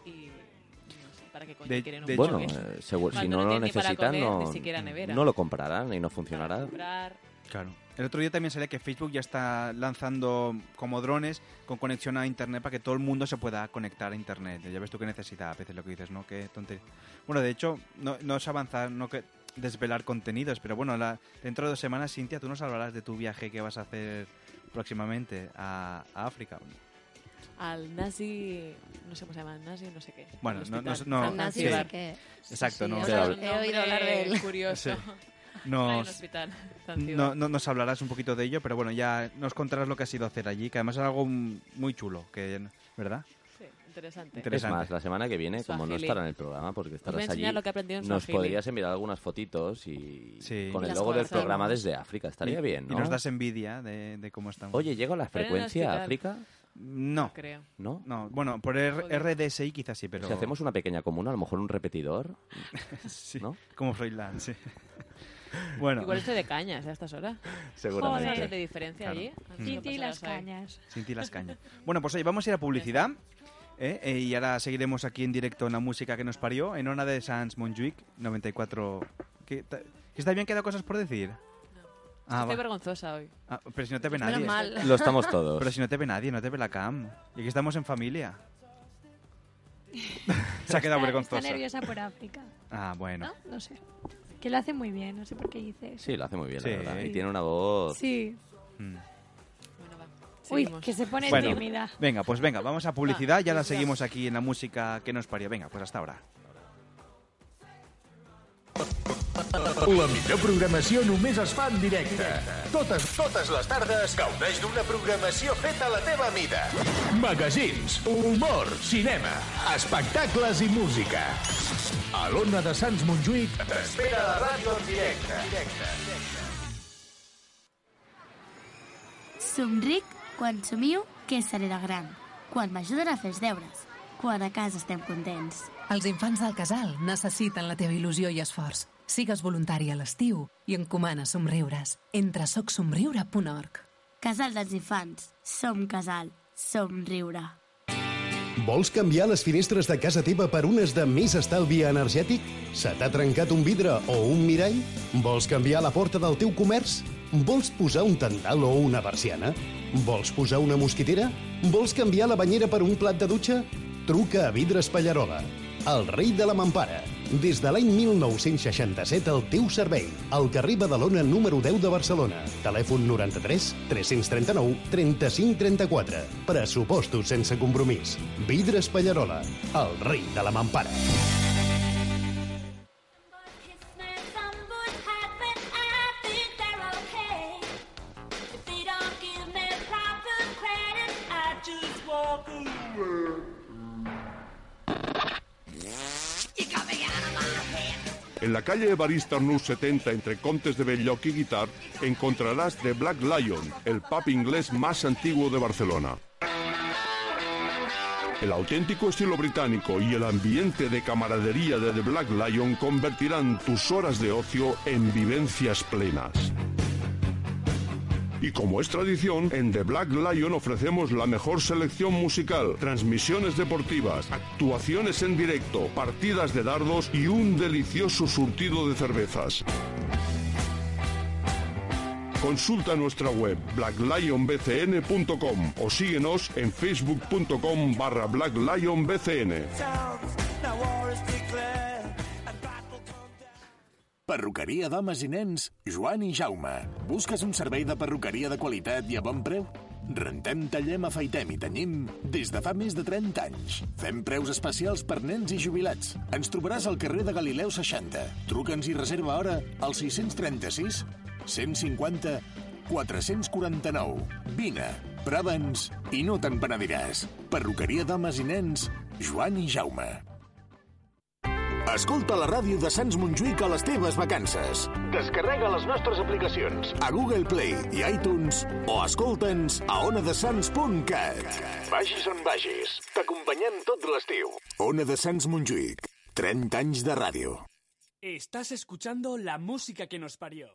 y no sé, para qué coño
De-
quieren un
de hecho-
bueno,
móvil?
eh, seguro, si
Cuando
no
no
lo
tienen ni para
necesitan,
comer,
no, mm,
ni siquiera nevera.
no lo comprarán y no
Para
funcionará.
comprar,
Claro. El otro día también salía que Facebook ya está lanzando como drones con conexión a internet para que todo el mundo se pueda conectar a internet. Ya ves tú qué necesidad a veces lo que dices, ¿no? Qué tontería. Bueno, de hecho, no, no es avanzar, no que desvelar contenidos, pero bueno, la- dentro de dos semanas, Cintia, tú nos hablarás de tu viaje que vas a hacer próximamente a, a África.
[LAUGHS] al nazi, no sé cómo se llama, al nazi, no sé qué.
Bueno,
al
no- no-
hospital.
no-
San
Nazi,
Nazi,
no sé
bar.
qué.
Exacto,
Sí,
no.
o
o sea,
sea, he oído hablar de él.
Curioso. [LAUGHS]
Sí.
Está en el
Nos,
hospital.
No, no- nos hablarás un poquito de ello, pero bueno, ya nos contarás lo que ha sido hacer allí, que además es algo muy chulo, que, ¿verdad?
Sí, interesante.
Inter-
Es
Interesante.
más, la semana que viene, como no
Swahili.
estará en el programa, porque
Os voy a
estarás allí,
enseñar lo que aprendí en
nos
Swahili.
podrías enviar algunas fotitos y
Sí.
con
Y
el
las
logo del
guardamos.
programa desde África. Estaría
Y-
bien,
Y
¿no?
nos das envidia de, de cómo estamos.
Oye, ¿llega la
Pero en el
frecuencia a
hospital.
África?
No,
Creo.
¿No?
no. Bueno, por R-
Joder.
RDSI quizás sí, pero...
Si hacemos una pequeña comuna, a lo mejor un repetidor.
[LAUGHS] Sí,
¿no?
como Freudland, sí. [LAUGHS] bueno,
Igual estoy de cañas a estas horas.
Seguramente.
¿Sabes de diferencia
Claro.
allí?
Mm.
Cinti y
Cinti
las cañas.
sin ti las cañas. Bueno, pues oye, vamos a ir a publicidad. ¿eh? Eh, y ahora seguiremos aquí en directo en la música que nos parió, en Ona de Sans Montjuic, 94... ¿Qué, ta- ¿Está bien? ¿Queda cosas por decir? Ah,
Estoy
va.
vergonzosa hoy.
Ah, pero si no te ve nadie.
Menos mal.
Lo estamos todos.
Pero si no te ve nadie, no te ve la cam. Y aquí estamos en familia. Se ha quedado
Está-
vergonzosa.
Está nerviosa por África,
Ah, bueno.
¿no? No sé. Que lo hace muy bien, no sé por qué dice eso.
Sí, lo hace muy bien,
Sí.
la verdad. Y tiene una voz...
Sí.
Mm.
Bueno, va.
Uy,
Seguimos.
que se pone
Bueno.
tímida.
Venga, pues venga, vamos a publicidad y ahora
publicidad.
seguimos aquí en la música que nos parió. Venga, pues hasta ahora.
La millor programació només es fa en directe. Totes, totes les tardes gaudeix d'una programació feta a la teva mida. Magazins, humor, cinema, espectacles i música. A l'Ona de Sants Montjuïc t'espera la ràdio en directe.
Somric quan somio que seré la gran, quan m'ajuden a fer els deures, quan a casa estem contents.
Els infants del casal necessiten la teva il·lusió i esforç. Sigues voluntari a l'estiu i encomana somriures. Entra a socsomriure.org.
Casal dels infants. Som casal. Som riure.
Vols canviar les finestres de casa teva per unes de més estalvi energètic? Se t'ha trencat un vidre o un mirall? Vols canviar la porta del teu comerç? Vols posar un tendal o una persiana? Vols posar una mosquitera? Vols canviar la banyera per un plat de dutxa? Truca a Vidres Pallarola, el rei de la mampara. Des de l'any 1967 al teu servei, al carrer Badalona número 10 de Barcelona. Telèfon 93 339 35 34. Pressupostos sense compromís. Vidres Pallarola, el rei de la mampara.
En la calle Evarista Arnús 70, entre Comtes de Belloc y Guitar, encontrarás The Black Lion, el pub inglés más antiguo de Barcelona. El auténtico estilo británico y el ambiente de camaradería de The Black Lion convertirán tus horas de ocio en vivencias plenas. Y como es tradición, en The Black Lion ofrecemos la mejor selección musical, transmisiones deportivas, actuaciones en directo, partidas de dardos y un delicioso surtido de cervezas. Consulta nuestra web blacklionbcn.com o síguenos en facebook.com barra blacklionbcn.
Perruqueria d'homes i nens, Joan i Jaume. Busques un servei de perruqueria de qualitat i a bon preu? Rentem, tallem, afaitem i tenim des de fa més de 30 anys. Fem preus especials per nens i jubilats. Ens trobaràs al carrer de Galileu 60. Truca'ns i reserva hora al 636 150 449. Vine, prova'ns i no te'n penediràs. Perruqueria d'homes i nens, Joan i Jaume. Escolta la ràdio de Sants Montjuïc a les teves vacances. Descarrega les nostres aplicacions a Google Play i iTunes o escolta'ns a onadesans.cat. Vagis on vagis, t'acompanyem tot l'estiu. Ona de Sants Montjuïc, 30 anys de ràdio.
Estás escuchando la música que nos parió.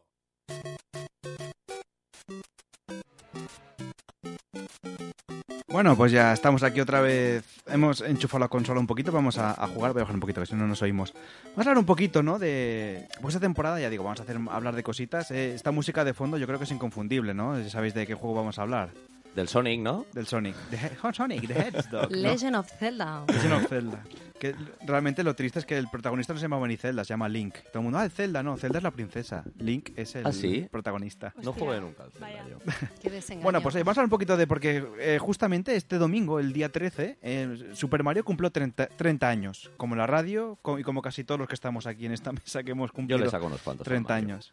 Bueno, pues ya estamos aquí otra vez. Hemos enchufado la consola un poquito, vamos a, a jugar. Voy a bajar un poquito, que si no nos oímos. Vamos a hablar un poquito, ¿no? De. Pues esta temporada, ya digo, vamos a hacer, a hablar de cositas. Eh, esta música de fondo yo creo que es inconfundible, ¿no? Ya sabéis de qué juego vamos a hablar.
Del Sonic, ¿no?
Del Sonic. De He- oh, Sonic, de Hedgehog. ¿no?
Legend of
[LAUGHS]
Zelda.
Legend of Zelda. Que l- realmente lo triste es que el protagonista no se llamaba ni Zelda, se llama Link. Todo el mundo, ah, Zelda, no, Zelda es la princesa. Link es el
¿Ah, sí?
protagonista.
No jugué nunca al Zelda, yo.
Pues [LAUGHS] Qué desengaño.
Bueno, pues eh, vamos a hablar un poquito de porque eh, justamente este domingo, el día 13, eh, Super Mario cumplió 30, 30 años, como la radio co- y como casi todos los que estamos aquí en esta [LAUGHS] mesa que hemos cumplido
le saco unos cuantos a
30
Mario.
años.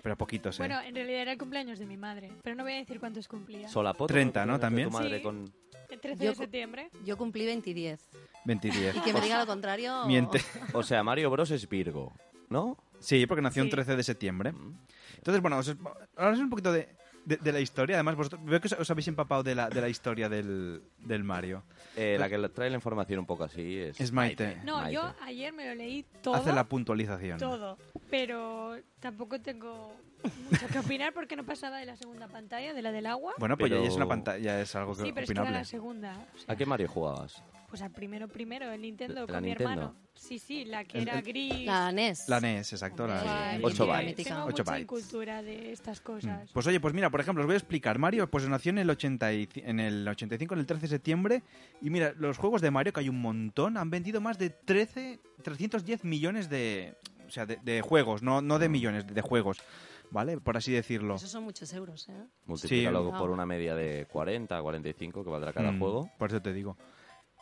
Pero poquitos, ¿eh?
Bueno, en realidad era el cumpleaños de mi madre, pero no voy a decir cuántos cumplía.
Solapoto,
30, ¿no?
¿no?
También.
Tu madre con...
El 13
Yo
de
cu-
septiembre.
Yo cumplí 20 y 10.
20 días.
Y que me diga lo contrario.
Miente.
Pues, O sea, Mario Bros es Virgo, ¿no? Mm.
Sí, porque nació un
Sí.
13 de septiembre. Entonces, bueno, os, hablamos un poquito de, de- de la historia. Además, vosotros, veo que os, os habéis empapado de la, de la historia del, del Mario. Pues
Eh, la que trae la información un poco así es...
Es Maite.
No,
Maite.
yo ayer me lo leí todo.
Hace la puntualización.
Todo. Pero tampoco tengo mucho que opinar porque no pasaba de la segunda pantalla, de la del agua.
Bueno, pues
Pero-
ya es una pantalla, ya es algo que
sí, pero es que era
opinable.
la segunda. O sea,
¿A qué Mario jugabas?
Pues al primero, primero, el
¿La-
Nintendo con
la
mi
Nintendo?
hermano. Sí, sí, la que
El-
era
el-
gris.
La NES.
La NES, exacto. La
Guay,
8
mira,
bytes.
Tengo
8
mucha
bytes.
cultura de estas cosas.
Pues oye, pues mira, por ejemplo, os voy a explicar. Mario pues nació en el, 80 y ci- en el 85, en el 13 de septiembre. Y mira, los juegos de Mario, que hay un montón, han vendido más de 13, 310 millones de, o sea, de, de juegos, no, no de millones, de juegos, ¿vale? Por así decirlo.
Esos son muchos euros, ¿eh?
Multiplícalo
Sí.
por una media de 40, 45 que valdrá cada
Mm,
juego.
Por eso te digo.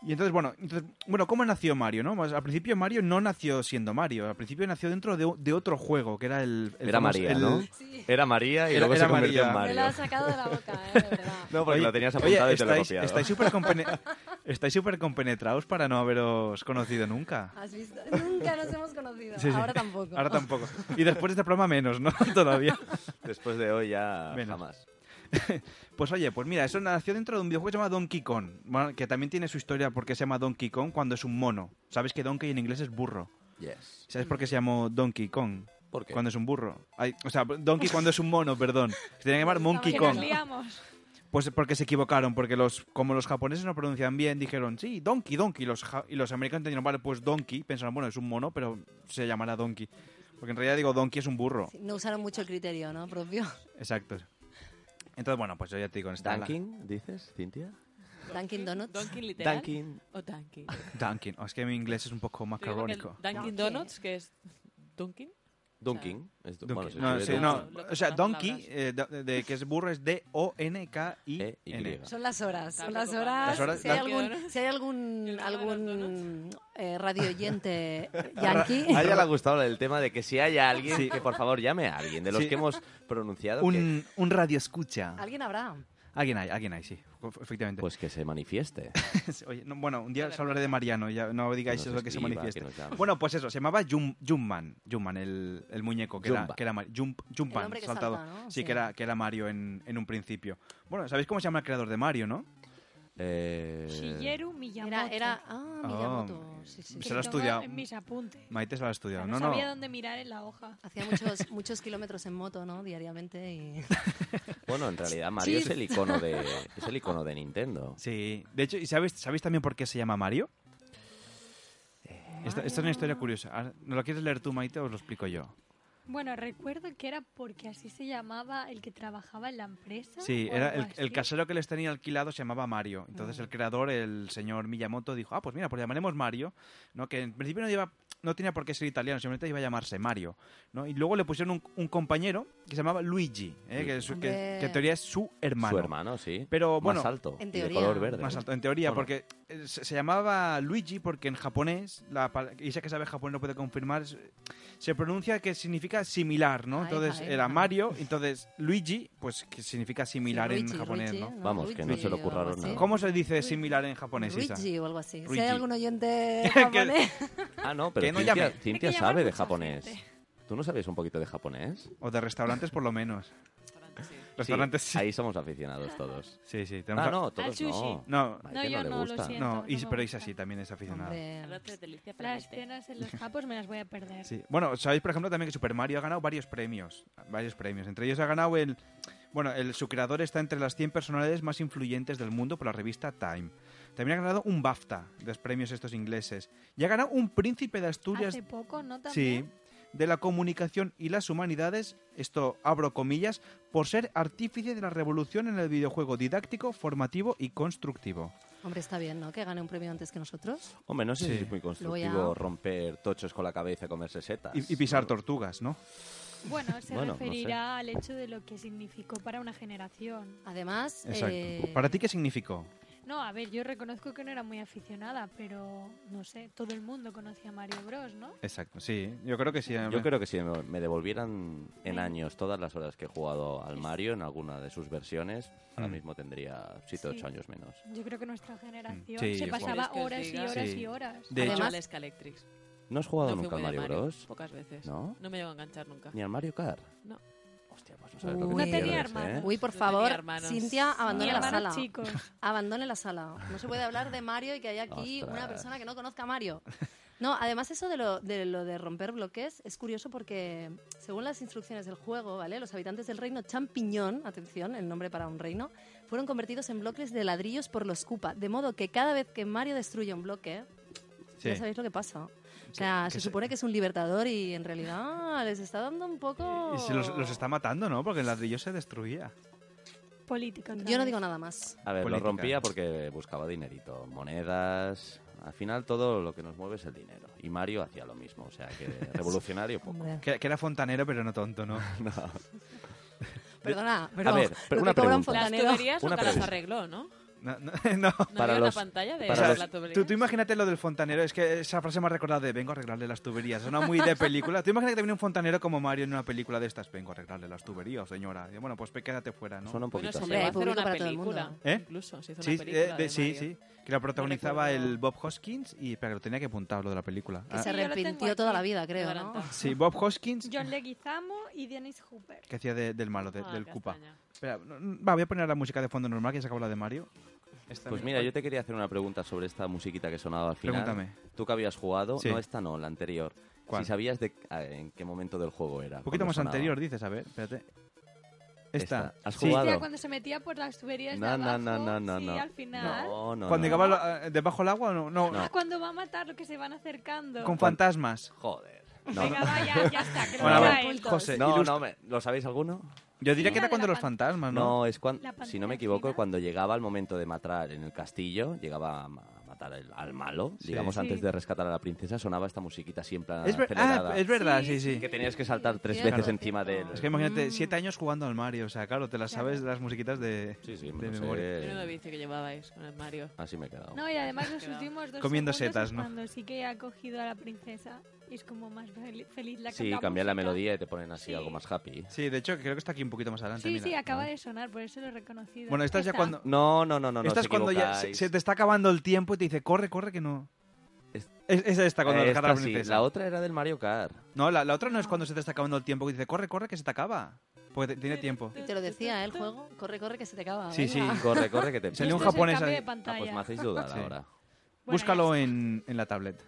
Y entonces, bueno, entonces, bueno, ¿cómo nació Mario, no? Pues, al principio Mario no nació siendo Mario, al principio nació dentro de, de otro juego, que era el... el
Era
famoso-
María,
el-
¿no? Era María y
Era-
luego
era
se convirtió
María.
Me
en
lo has
Mario.
sacado de la boca, ¿eh? De verdad.
No, porque
Oye,
lo tenías
oye,
apuntado y te lo he
estáis,
copiado.
Estáis
[LAUGHS]
súper compene- estáis súper compenetrados para no haberos conocido nunca.
¿Has visto? [LAUGHS] Nunca nos hemos conocido.
Sí, sí.
Ahora tampoco.
Ahora tampoco. Y después de este programa menos, ¿no? [LAUGHS] Todavía.
Después de hoy ya
Menos.
jamás.
[LAUGHS] Pues oye, pues mira, eso nació dentro de un videojuego que se llama Donkey Kong, bueno, que también tiene su historia porque se llama Donkey Kong cuando es un mono. Sabes que Donkey en inglés es burro.
Yes.
¿Sabes por qué se llamó Donkey Kong?
¿Por qué?
Cuando es un burro. Ay, o sea, Donkey cuando es un mono, perdón. Se tiene que llamar Monkey
que
Kong.
nos liamos.
Pues porque se equivocaron, porque los como los japoneses no pronuncian bien, dijeron, sí, Donkey, Donkey. Y los, ja- y los americanos dijeron, vale, pues Donkey. Pensaron, bueno, es un mono, pero se llamará Donkey. Porque en realidad digo, Donkey es un burro.
[LAUGHS] No usaron mucho el criterio, ¿no? Propio.
Exacto. Entonces, bueno, pues yo ya te digo, en esta...
¿Dunkin', dices, Cintia?
Dunkin' Donuts.
Dunkin' literal.
Dunkin'.
O Dunkin'.
Dunkin'. Oh, es que mi inglés es un poco
Yo digo que el
macarrónico.
Dunkin' Donuts, que es Dunkin'.
Dunkin'. es du-
Donkey.
bueno, se
no,
escribe
sí,
Dunkin'.
no, o sea,
Las
Donkey, eh, do- de, que es burro, es D-O-N-K-I-N.
E.
Son las horas, son las
Tampoco
horas.
Las horas-
si, hay
las-
algún, si hay algún, algún eh, radio
[LAUGHS]
oyente yankee.
A ella le ha gustado el tema de que si hay alguien,
Sí.
que por favor llame a alguien de los
Sí.
que hemos pronunciado.
Un, un radio escucha.
Alguien habrá.
Alguien hay, alguien hay, sí, ef- efectivamente.
Pues que se manifieste.
[LAUGHS] Oye, no, bueno, un día os hablaré de Mariano, ya no digáis
Que nos
eso que se
escriba,
manifieste.
que nos llame.
Bueno, pues eso, se llamaba Jum- Jumpman, Jumpman, el, el muñeco que era,
Jumba.
que era Mar- Jump- Jumpman,
hombre que
saltado.
salta, ¿no?
Sí,
Sí.
Que, era, que era Mario en, en un principio. Bueno, ¿sabéis cómo se llama el creador de Mario, no?
Eh...
Shigeru Miyamoto.
Era, era, ah,
Oh,
Miyamoto. sí, sí,
se
sí.
lo ha estudiado.
En mis apuntes.
Maite se lo ha estudiado.
No,
No, no.
sabía dónde mirar en la hoja.
Hacía
[LAUGHS]
muchos, muchos kilómetros en moto, ¿no? Diariamente.
[LAUGHS]
Y...
Bueno, en realidad Mario es
Chis.
el icono de es el icono de Nintendo.
[LAUGHS] Sí. De hecho, ¿y sabéis, sabéis también por qué se llama Mario?
Eh,
Esta, esta es una historia curiosa. Ahora, ¿No lo quieres leer tú, Maite, o os lo explico yo?
Bueno, recuerdo que era porque así se llamaba el que trabajaba en la empresa.
Sí,
o
era
algo
el, el
así.
casero que les tenía alquilado se llamaba Mario. Entonces el creador, el señor Miyamoto, dijo, ah, pues mira, pues llamaremos Mario, ¿no? Que en principio no, lleva, no tenía por qué ser italiano, simplemente iba a llamarse Mario, ¿no? Y luego le pusieron un, un compañero que se llamaba Luigi, ¿eh? que, es su- que-
Hombre.
que en teoría es su hermano.
Su hermano, sí.
Pero bueno,
más alto,
En
y de
teoría.
color verde.
Más alto, en teoría,
Bueno,
porque eh, se, se llamaba Luigi porque en japonés, la, pa- Isa que sabe japonés lo puede confirmar, es- se pronuncia que significa similar, ¿no?
Ay,
Entonces
ay,
era
ay.
Mario, entonces Luigi, pues que significa similar
Sí,
en
Luigi,
japonés,
Luigi,
¿no?
¿no? Vamos, que no
¿eh?
Luigi se le o algo ocurraron así. nada.
¿Cómo se dice similar en japonés, Isa?
Luigi o algo así. Si
Luigi.
hay
[LAUGHS]
algún oyente japonés. [LAUGHS]
Ah, no, pero
Que no
Cintia,
llame.
Cintia
Tiene que llamar
sabe de
mucha
japonés. ¿Tú no sabes un poquito de japonés?
O de restaurantes por lo menos. Restaurantes sí.
Ahí somos aficionados todos.
Sí, sí.
Ah, no, todos
Al sushi.
no.
No,
Maite no le gusta.
No, y- pero Isa sí, también es aficionada.
Las cenas en los japos me las voy a perder.
Sí. Bueno, sabéis, por ejemplo, también que Super Mario ha ganado varios premios. Varios premios. Entre ellos ha ganado el. Bueno, el, su creador está entre las 100 personalidades más influyentes del mundo por la revista Time. También ha ganado un BAFTA de los premios estos ingleses. Y ha ganado un Príncipe de Asturias.
Hace poco, ¿no?
Sí,
También.
de la comunicación y las humanidades, esto abro comillas, por ser artífice de la revolución en el videojuego didáctico, formativo y constructivo.
Hombre, está bien, ¿no? Que gane un premio antes que nosotros.
Hombre, no sé
Sí.
si es muy
Luego
constructivo
ya-
romper tochos con la cabeza y comerse setas.
Y, y pisar tortugas, ¿no?
Bueno, se
Bueno, no sé.
referirá al hecho de lo que significó para una generación.
Además, eh,
Exacto.
eh,
¿Para ti qué significó?
No, a ver, yo reconozco que no era muy aficionada, pero no sé, todo el mundo conocía a Mario Bros, ¿no?
Exacto, sí. Yo creo que sí.
Yo creo que si me me devolvieran en años todas las horas que he jugado al Mario en alguna de sus versiones, ahora
Mm.
mismo tendría 7 o 8 años menos.
Yo creo que nuestra
Mm.
generación
Sí,
se
yo
pasaba
¿Queréis que os
horas y
ah,
diga?
horas
Sí.
y horas.
De hecho-
Además, al Escalectrix.
¿No has jugado
fui
nunca al
muy de
Mario Bros?
Pocas veces.
¿No?
No me llego a enganchar nunca.
¿Ni al Mario Kart?
No.
Hostia, pues no sabes lo que
Uy.
te
No tenía
pierdes,
hermanos.
¿eh?
Uy, por
No tenía
favor,
hermanos.
Cintia,
Ni
abandone la
hermanos
sala.
chicos.
Abandone la sala. No se puede hablar de Mario y que haya aquí una
Ostras.
persona que no conozca a Mario. No, además eso de lo, de lo de romper bloques es curioso porque según las instrucciones del juego, ¿vale? Los habitantes del reino Champiñón, atención, el nombre para un reino, fueron convertidos en bloques de ladrillos por los Koopa, de modo que cada vez que Mario destruye un bloque,
Sí.
ya sabéis lo que pasa. O sea,
que
se
se-
supone que es un libertador y en realidad les está dando un poco...
Y se los,
Oh.
los está matando, ¿no? Porque el ladrillo se destruía.
Política.
Yo no digo nada más.
A ver,
Política.
lo rompía porque buscaba dinerito, monedas. Al final todo lo que nos mueve es el dinero. Y Mario hacía lo mismo, o sea que
[LAUGHS]
revolucionario poco.
Que, que era fontanero, pero no tonto, [LAUGHS] ¿no?
Perdona,
A
pero
ver,
lo
pero una
que cobra un
pregunta.
fontanero...
Las tuberías
Una
nunca las
pregunta.
arregló, ¿no?
No, [LAUGHS] no, no.
Para había una los- pantalla de
para
la
los-
tubería.
tú, tú imagínate lo del fontanero, es que esa frase me ha recordado de vengo a arreglarle las tuberías, suena muy de película. Tú imaginas que te viene un fontanero como Mario en una película de estas, vengo a arreglarle las tuberías, señora. Y bueno, pues pe- quédate fuera, ¿no?
Suena un
Bueno, se
así.
llegó a
Hombre,
hacer
público
una
para todo el
película.
mundo.
¿Eh?
Incluso se hizo
sí,
una película.
eh, de-
de
sí,
Mario.
sí, que la protagonizaba
recuerdo.
el Bob Hoskins y pero tenía que apuntar lo de la película.
Que
Ah,
se arrepintió toda la vida, creo, ¿no?
sí, Bob Hoskins
John Leguizamo y Dennis Hooper.
que hacía de- del malo, de-
Ah,
del Cupa.
castaña.
Espera, no, no, va, voy a poner la música de fondo normal que se acabó la de Mario. Esta
Pues
me-
mira, yo te quería hacer una pregunta sobre esta musiquita que sonaba al final.
Pregúntame.
Tú que habías jugado,
Sí.
no esta no, la anterior.
¿Cuál?
Si sabías de, a- eh, en qué momento del juego era.
Un poquito
cuando
más
sonaba.
anterior, dices, a ver, espérate. Esta.
¿Has
Sí.
jugado?
Hostia, cuando se metía por las tuberías de
No, no,
abajo,
no, no, no,
sí,
no.
al final.
No, no,
Cuando
no.
acababa eh, debajo del agua, no. no.
Ah, cuando va a matar lo que se van acercando.
Con fantasmas.
Joder.
Venga, va, ya- ya
[LAUGHS]
está, que lo
Bueno, a
trae
ver,
el dos.
José,
no,
ilustra-
no, me- ¿lo sabéis alguno?
Yo diría que era cuando los fantasmas, ¿no?
es cuando,
La
si no me equivoco, cuando llegaba el momento de matar en el castillo, llegaba a ma- a matar al, al malo,
Sí.
digamos,
Sí.
antes de rescatar a la princesa, sonaba esta musiquita siempre
Es ver- ah, es verdad, sí, sí.
Que tenías que saltar tres
Claro.
veces encima del...
Es que imagínate, siete años jugando al Mario, o sea, claro, te las sabes las musiquitas de,
me
de
lo sé.
memoria.
Menudo vicio que llevabais con el Mario.
Así me he quedado.
No, y además los últimos dos
Comiendo
segundos
setas,
es
¿no?
cuando sí que ha cogido a la princesa y es como más fel- feliz la
Sí,
cantamos.
cambian la melodía y te ponen así algo más happy.
Sí, de hecho creo que está aquí un poquito más adelante.
Sí,
mira.
sí, acaba de sonar, por eso lo he reconocido.
Bueno, esta es ya cuando...
No, no, no, no, no,
Esta es
os
cuando ya se,
equivocáis.
se te está acabando el tiempo y te dice, corre, corre, que no... Es, es esta cuando
Eh,
rescata a la
esta sí,
princesa.
la otra era del Mario Kart.
No, la, la otra no es cuando se te está acabando el tiempo y dice, corre, corre, que se te acaba. Porque te- tiene tiempo.
Y te lo decía, ¿eh? el juego. Corre, corre, que se te acaba.
Sí, sí,
Ah, venga.
Corre, corre,
[LAUGHS]
[LAUGHS]
que te
Salió un
pillo.
japonés
cambio
ahí.
de pantalla.
Ah, pues me hacéis dudar ahora.
Búscalo en, en la tablet.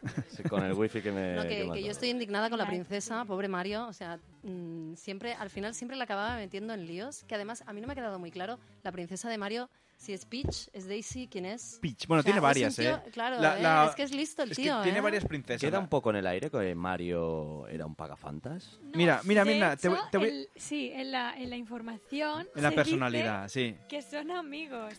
con el wifi que me...
No, que,
me ha
que yo
dado.
estoy indignada con la princesa, pobre Mario. O sea, mm, siempre, al final siempre la acababa metiendo en líos. Que además, a mí no me ha quedado muy claro la princesa de Mario, si es Peach, es Daisy, ¿quién es?
Peach. Bueno,
O sea,
tiene
es
varias,
un tío-
¿eh?
Claro,
La-
eh,
la-
es que es listo el
es que
tío.
tiene
¿eh?
varias princesas.
Queda
la-
un poco en el aire que Mario era un pagafantas.
Mira, mira, mira, te
De
voy-
hecho,
te voy-
el- sí, en la, en la información.
En la
se
personalidad,
dice
sí.
Que son amigos.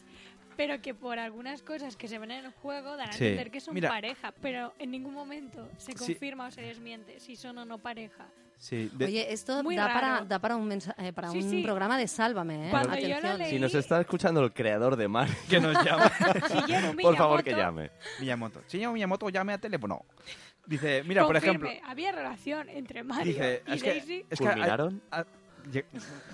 Pero que por algunas cosas que se ven en el juego dan a
Sí.
entender que son
Mira.
pareja. Pero en ningún momento se
Sí.
confirma o se desmiente si son o no pareja.
Sí, de-
Oye, esto
Muy
da
raro.
para, da para un, mensa- eh, para
Sí,
un
sí.
programa de Sálvame, ¿eh?
Cuando yo lo
Atención.
leí-
Si nos está escuchando el creador de Mario, [LAUGHS]
que nos llama.
por favor que llame.
Miyamoto. Señor Miyamoto, llame a teléfono. Dice, mira, por ejemplo...
Confirme, había relación entre Mario
Dice,
y
es que,
Daisy.
es que hay-
¿Culminaron?
a- lle-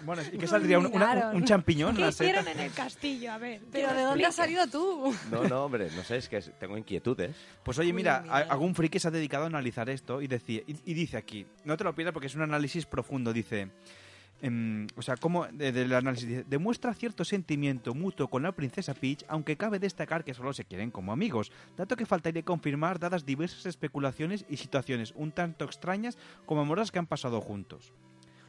bueno, ¿y
[LAUGHS]
qué saldría? ¿Un, una- un- un champiñón?
¿Qué
una seta?
hicieron en el castillo? A ver.
Pero ¿de dónde has salido tú?
No, no, hombre, no sé, es que tengo inquietudes.
Pues oye, mira, a- algún friki se ha dedicado a analizar esto y, deci- y, y dice aquí, no te lo pierdas porque es un análisis profundo, dice, em, o sea, como del análisis dice, demuestra cierto sentimiento mutuo con la princesa Peach, aunque cabe destacar que solo se quieren como amigos, dato que faltaría confirmar dadas diversas especulaciones y situaciones un tanto extrañas como amorosas que han pasado juntos.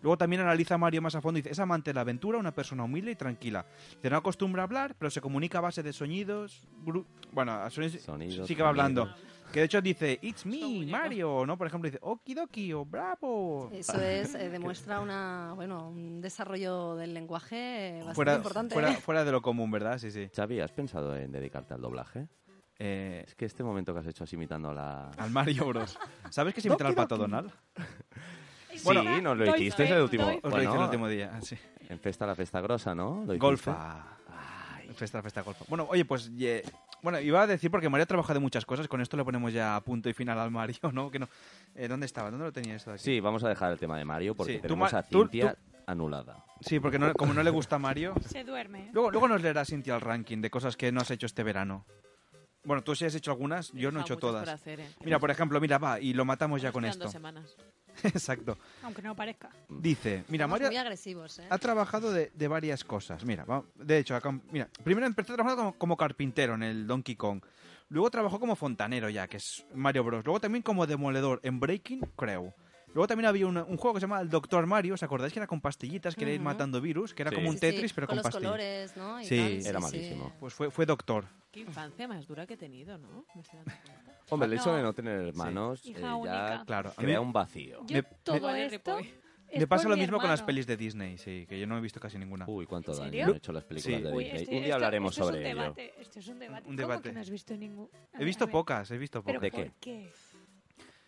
Luego también analiza Mario más a fondo y dice, es amante de la aventura, una persona humilde y tranquila. Dice, no acostumbra a hablar, pero se comunica a base de sonidos... gru- Bueno, a sonidos,
Sonidos,
sí que va hablando.
sonidos.
Que de hecho dice, it's me, Mario, ¿no? Por ejemplo, dice, okidoki o bravo. [LAUGHS]
Eso es, eh, demuestra una, bueno, un desarrollo del lenguaje eh, bastante
Fuera,
importante.
fuera,
¿eh?
fuera de lo común, ¿verdad? Sí, sí.
Xavi, ¿has pensado en dedicarte al doblaje?
es
que este momento que has hecho así imitando a la...
Al Mario Bros. ¿Sabes que se imitan al pato Donald?
[LAUGHS]
Sí,
Bueno,
nos lo
doy
hiciste
fe,
el último...
doy fe. Os lo hice el último día, sí.
En festa la festa grosa, ¿no? ¿Lo hiciste?
Golfa. Festa, festa, golfa. Bueno, oye, pues... ye- Bueno, iba a decir porque Mario trabaja de muchas cosas, con esto le ponemos ya punto y final al Mario, ¿no? Que no. Eh, ¿Dónde estaba? ¿Dónde lo tenía esto de aquí?
Sí, vamos a dejar el tema de Mario porque
Sí, tú,
tenemos
Ma-
a
tú-
Cintia
tú-
anulada.
Sí, porque no- como no le
[LAUGHS]
gusta Mario...
Se duerme.
Luego, luego nos leerá Cintia el ranking de cosas que no has hecho este verano. Bueno, tú sí has hecho algunas, yo no he hecho
Deja muchas
todas.
por hacer, ¿eh?
Mira, por ejemplo, mira, va, y lo matamos ya con
Quedan
esto.
dos semanas.
[LAUGHS] Exacto.
Aunque no parezca.
Dice, mira,
Somos
Mario
muy agresivos, ¿eh?
ha trabajado de, de varias cosas. Mira, va- de hecho, acá- mira, primero empezó trabajando como, como carpintero en el Donkey Kong. Luego trabajó como fontanero ya, que es Mario Bros. Luego también como demoledor en Breaking Crew. Luego también había una- un juego que se llamaba El Doctor Mario, ¿os acordáis que era con pastillitas, que era ir
Ujú.
matando virus, que era
Sí.
como un
Sí, sí,
Tetris, pero
con
con,
los
pastillas?
colores, ¿no? Y
Sí,
tal, sí,
Era
sí.
malísimo.
Pues fue, fue doctor.
Qué infancia más dura que he tenido, ¿no? Me estoy dando cuenta.
Hombre, el hecho
No.
de no tener hermanos
Hija
eh, ya
única.
Claro, a mí-
crea un vacío.
Yo todo
Vale,
esto.
Ripoll.
es
Me pasa
por
lo
mi
mismo con las
hermano.
pelis de Disney, sí, que yo no he visto casi ninguna.
Uy, cuánto
¿En
daño
serio?
han hecho las películas
Sí.
de
Uy,
Disney.
esto-
un día
esto-
hablaremos
esto este es
sobre
un
ello.
debate, Esto es un debate.
Un
¿Cómo
debate.
que no has visto ningún? A
He
ver,
visto
a ver.
pocas, he visto
¿Pero
pocas.
por
qué?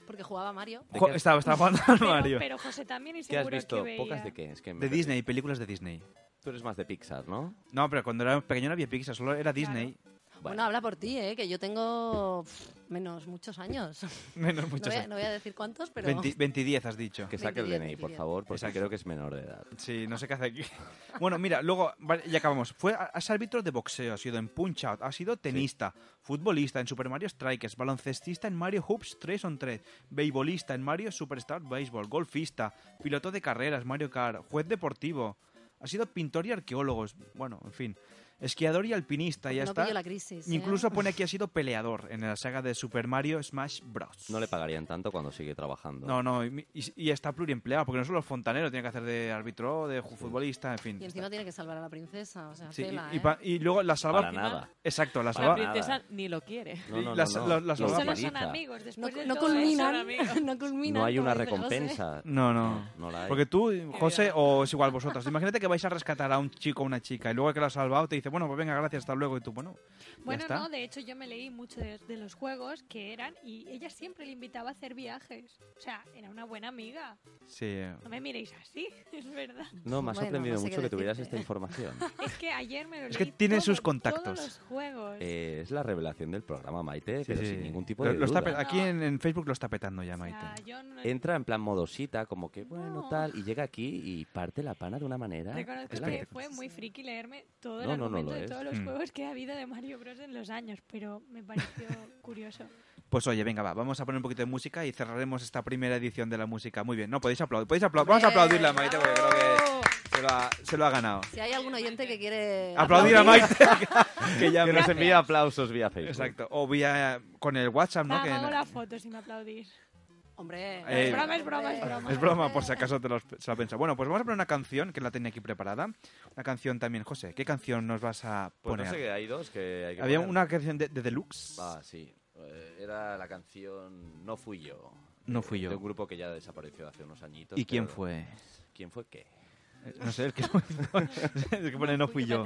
Porque jugaba Mario.
Jo- Estaba, estaba jugando al
Pero-
Mario.
Pero José también y
¿Qué has
seguro
visto?
que
¿Pocas
veía.
de qué? Es que me
De
parece-
Disney, películas de Disney.
Tú eres más de Pixar, ¿no?
No, pero cuando era pequeño no había Pixar, solo era Disney.
Bueno, habla por ti, ¿eh? Que yo tengo pf, menos muchos años.
Menos [LAUGHS]
No
muchos
voy a-
años.
No voy a decir cuántos, pero...
20, 20 y 10 has dicho.
Que saque el
20,
DNI, por
20.
favor, porque creo que es menor de edad.
Sí, no sé qué hace aquí. [LAUGHS] Bueno, mira, luego, vale, ya acabamos. Fue, has árbitro de boxeo, ha sido en Punch Out, ha sido tenista, futbolista en Super Mario Strikers, baloncestista en Mario Hoops 3 on 3, beisbolista en Mario Superstar Baseball, golfista, piloto de carreras, Mario Kart, juez deportivo, ha sido pintor y arqueólogo, bueno, en fin. esquiador y alpinista, ya
Pues No
está.
pillo la crisis, ¿eh?
Incluso
[LAUGHS]
pone que ha sido peleador en la saga de Super Mario Smash Bros.
No le pagarían tanto cuando sigue trabajando.
No, no, y, y- y está pluriempleado, porque no solo es fontanero, tiene que hacer de árbitro, de ju- futbolista, en fin.
Y encima tiene que salvar a la princesa, o sea,
Sí, y-
tela,
y,
¿eh?
pa- y luego la salva.
Para nada.
Exacto,
Para
la salva.
nada.
princesa ni lo quiere. [LAUGHS]
No, no,
la-
no, no.
la- la
Lo
salva-
Solo son utiliza.
amigos,
No,
después
cu-
de
no
todo
culminan,
eso, son amigos.
[LAUGHS] no culminan.
No hay una
como dice José.
recompensa.
No, no.
No la hay.
Porque tú, José, o es igual vosotras, imagínate que vais a rescatar a un chico o una chica y luego el que lo ha salvado te dice, bueno, pues venga, gracias, hasta luego. Y tú, bueno, ya
Bueno,
está.
no, de hecho yo me leí mucho de, de los juegos que eran y ella siempre le invitaba a hacer viajes. O sea, era una buena amiga.
Sí.
No me miréis así, [LAUGHS] es verdad.
No, me ha sorprendido
no sé
mucho
qué
que tuvieras
decirte.
esta
[LAUGHS]
información.
[LAUGHS] Es que ayer me lo
Es
leí
que tiene
todo,
sus
todos
contactos.
los juegos.
Eh, es la revelación del programa, Maite, pero sin ningún tipo
Lo-
de
lo está
duda.
pe- Aquí en, en Facebook lo está petando ya, Maite.
Entra en plan modosita, como que bueno, tal, y llega aquí y parte la pana de una manera.
Reconozco
que la
que
que-
fue muy friki leerme todo el
No, no, no
argumento
lo
de
es.
todos los
Mm.
juegos que ha habido de Mario Bros. en los años, pero me pareció
[LAUGHS]
curioso.
Pues oye, venga, va, vamos a poner un poquito de música y cerraremos esta primera edición de la música. Muy bien, no, podéis aplaudir, podéis aplaudir. Vamos a aplaudirle a Maite porque creo que se lo ha, se lo ha ganado.
Si hay algún oyente que quiere...
Aplaudir a Maite, [LAUGHS] que, ya
Que nos envíe aplausos vía Facebook.
Exacto, o vía con el WhatsApp, ¿no?
Va,
Que-
me hago Ah, la foto si me aplaudís.
Hombre,
Eh,
es broma, es broma, es broma.
Es broma, por si acaso te los- se la piensa. Bueno, pues vamos a poner una canción que la tenía aquí preparada. Una canción también, José. ¿Qué canción nos vas a
Pues no
poner?
sé que hay dos que hay que
Había
poner.
una canción de, de Deluxe.
Ah, sí. Eh, Era la canción No fui yo.
No
de-
fui yo.
De un grupo que ya desapareció hace unos añitos.
¿Y quién
pero-
fue?
¿Quién fue qué?
Eh, [LAUGHS] No sé, el que, el que pone no fui yo.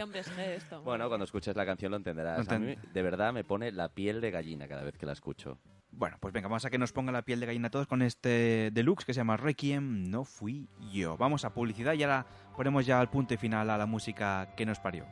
Bueno, cuando escuches la canción lo entenderás.
Lo
A mí, de verdad, me pone la piel de gallina cada vez que la escucho.
Bueno, pues venga, vamos a que nos ponga la piel de gallina a todos con este Deluxe que se llama Requiem No fui yo. Vamos a publicidad y ahora ponemos ya al punto y final a la música que nos parió.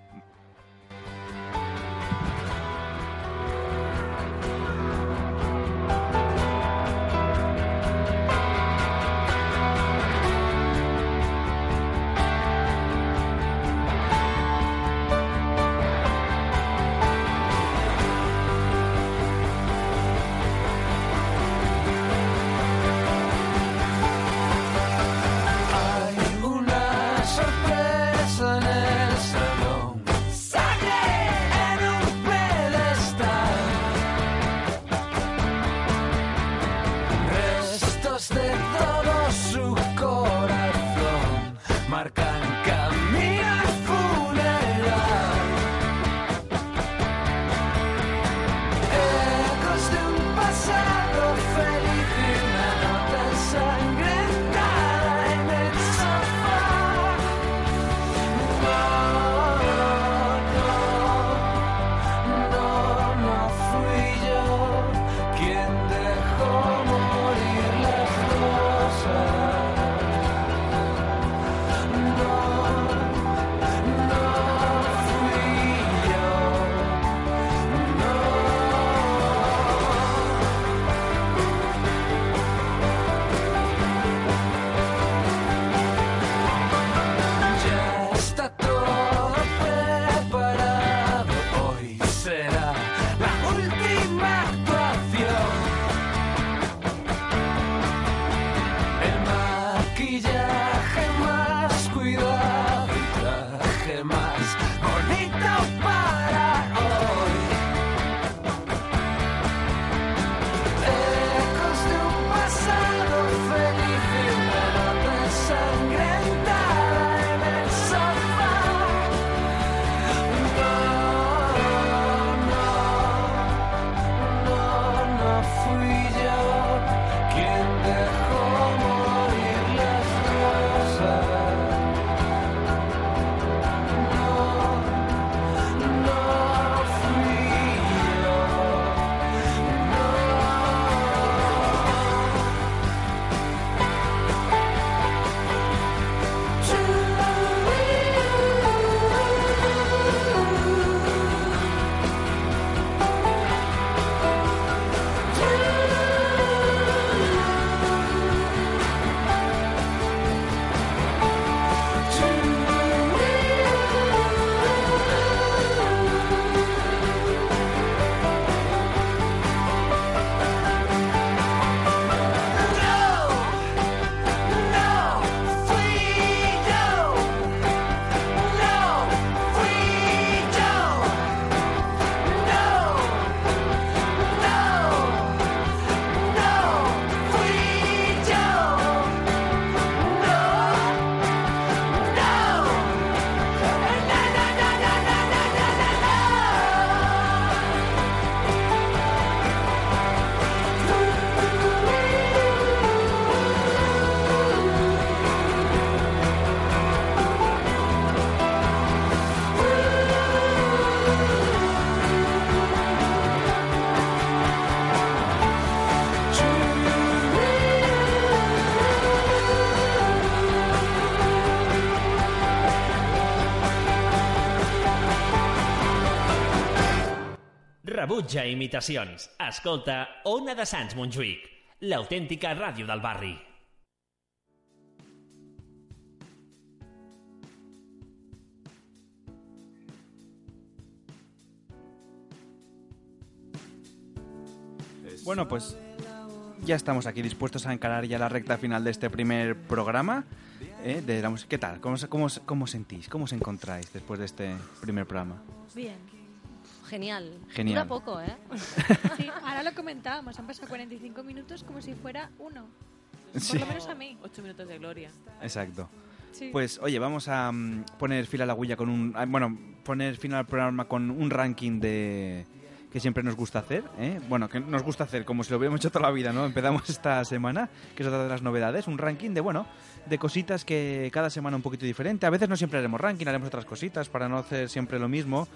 Hay una sorpresa en el salón. ¡Sangre en un pedestal! Restos de todo su corazón marcan camino al funeral. Ecos de un pasado feliz y una nota ensangrentada en el sofá. No, no, no, no fui yo quien dejó morir las dos.
Rebutja imitacions. Escolta Ona de Sants Montjuïc, l'autèntica ràdio del barri.
Bueno, pues ya estamos aquí dispuestos a encarar ya la recta final de este primer programa. ¿eh? De la música. ¿Qué tal? ¿Cómo, os- cómo, os- cómo os sentís? ¿Cómo os encontráis después de este primer programa?
Bien. Genial.
Genial.
Dura poco, ¿eh?
[LAUGHS] Sí, ahora lo comentábamos, han pasado 45 minutos como si fuera uno.
Sí.
Por lo menos a mí.
8 minutos de gloria.
Exacto.
Sí.
Pues oye, vamos a mm, poner fila a la huella con un... ah, Bueno, poner fin al programa con un ranking de que siempre nos gusta hacer, ¿eh? bueno, que nos gusta hacer como si lo hubiéramos hecho toda la vida, ¿no? Empezamos [LAUGHS] esta semana, que es otra de las novedades, un ranking de, bueno, de cositas que cada semana un poquito diferente. A veces no siempre haremos ranking, haremos otras cositas para no hacer siempre lo mismo.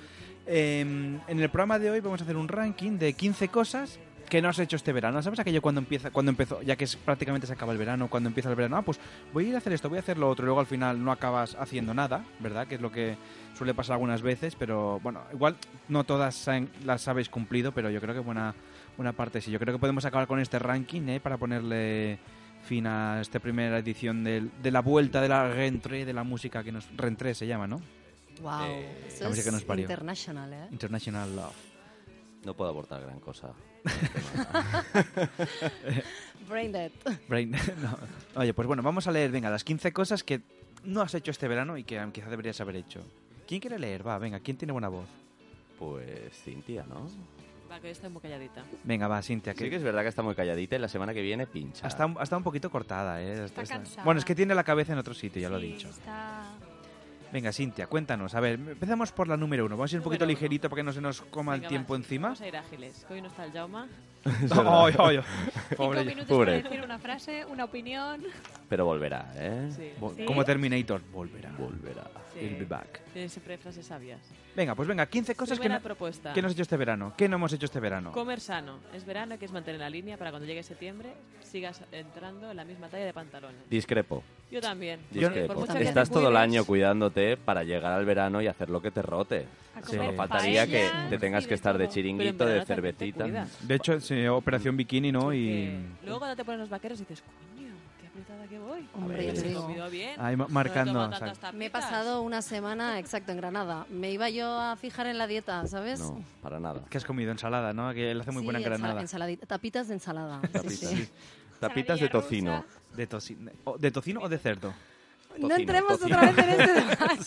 Eh, en el programa de hoy vamos a hacer un ranking de 15 cosas que no has hecho este verano. ¿Sabes aquello cuando empieza, cuando empezó, ya que es- prácticamente se acaba el verano, cuando empieza el verano, ah, pues voy a ir a hacer esto, voy a hacer lo otro, y luego al final no acabas haciendo nada, ¿verdad? Que es lo que suele pasar algunas veces, pero bueno, igual no todas se han- las habéis cumplido, pero yo creo que buena, buena parte sí. Yo creo que podemos acabar con este ranking, ¿eh? Para ponerle fin a esta primera edición del- de, la vuelta de la rentrée, de la música que nos... Rentrée se llama, ¿no?
[LAUGHS] Wow.
la
Eso
música
es
que nos parió.
international, ¿eh?
[LAUGHS]
International Love.
No puedo aportar gran cosa.
Brain dead.
Brain- [LAUGHS] no. Oye, pues bueno, vamos a leer, venga, las 15 cosas que no has hecho este verano y que um, quizá deberías haber hecho. ¿Quién quiere leer? Va, venga, ¿quién tiene buena voz?
Pues Cintia, ¿no?
Va, que yo estoy muy calladita.
Venga, va, Cintia.
Sí que es verdad que está muy calladita y la semana que viene pincha.
Está, un- está un poquito cortada, ¿eh? Está- está-
cansada.
Bueno, es que tiene la cabeza en otro sitio, ya lo he
Sí,
dicho.
Está...
Venga, Cintia, cuéntanos. A ver, empezamos por la número uno. Vamos a ir un poquito ligerito para que no se nos coma
Venga,
el tiempo
va,
encima.
Vamos a ir ágiles, que hoy no está el
[LAUGHS]
Jaume.
Ay, ay, ay.
Cinco
Pobre-
minutos
Pobre.
para decir una frase, una opinión.
Pero volverá, ¿eh?
Vol-
Sí.
Como Terminator, volverá.
Volverá.
Sí.
He'll be back.
Tiene siempre frases sabias.
Venga, pues venga, 15 cosas que
Primera
no,
propuesta.
que no has hecho este verano. ¿Qué no hemos hecho este verano?
Comer sano. Es verano, hay que es mantener la línea para cuando llegue septiembre sigas entrando en la misma talla de pantalones.
Discrepo.
Yo también.
Discrepo.
Por mucho que te
Estás todo el
cuides,
año cuidándote para llegar al verano y hacer lo que te rote.
comer
Solo faltaría que
paellas
te tengas que estar de chiringuito,
Pero en
de
verano también te
cervecita.
cuidas.
De hecho, sí, Operación Bikini, ¿no? Y...
Luego cuando te pones los vaqueros dices, coño, qué apretada que voy.
Hombre,
Se
te digo.
comido
[LAUGHS]
bien.
Ahí ma-
no he
marcando,
tomado tantas
exacto.
tapitas.
Me he pasado una semana, exacto, en Granada. Me iba yo a fijar en la dieta, ¿sabes?
No,
para nada.
Que has comido ensalada, ¿no? Que él hace muy
Sí,
buena en
ensala-
Granada.
ensaladita- tapitas de ensalada. sí,
Tapitas.
sí.
Tapitas de tocino.
De, toci- o- ¿De tocino o de cerdo?
No entremos otra vez
[LAUGHS]
en este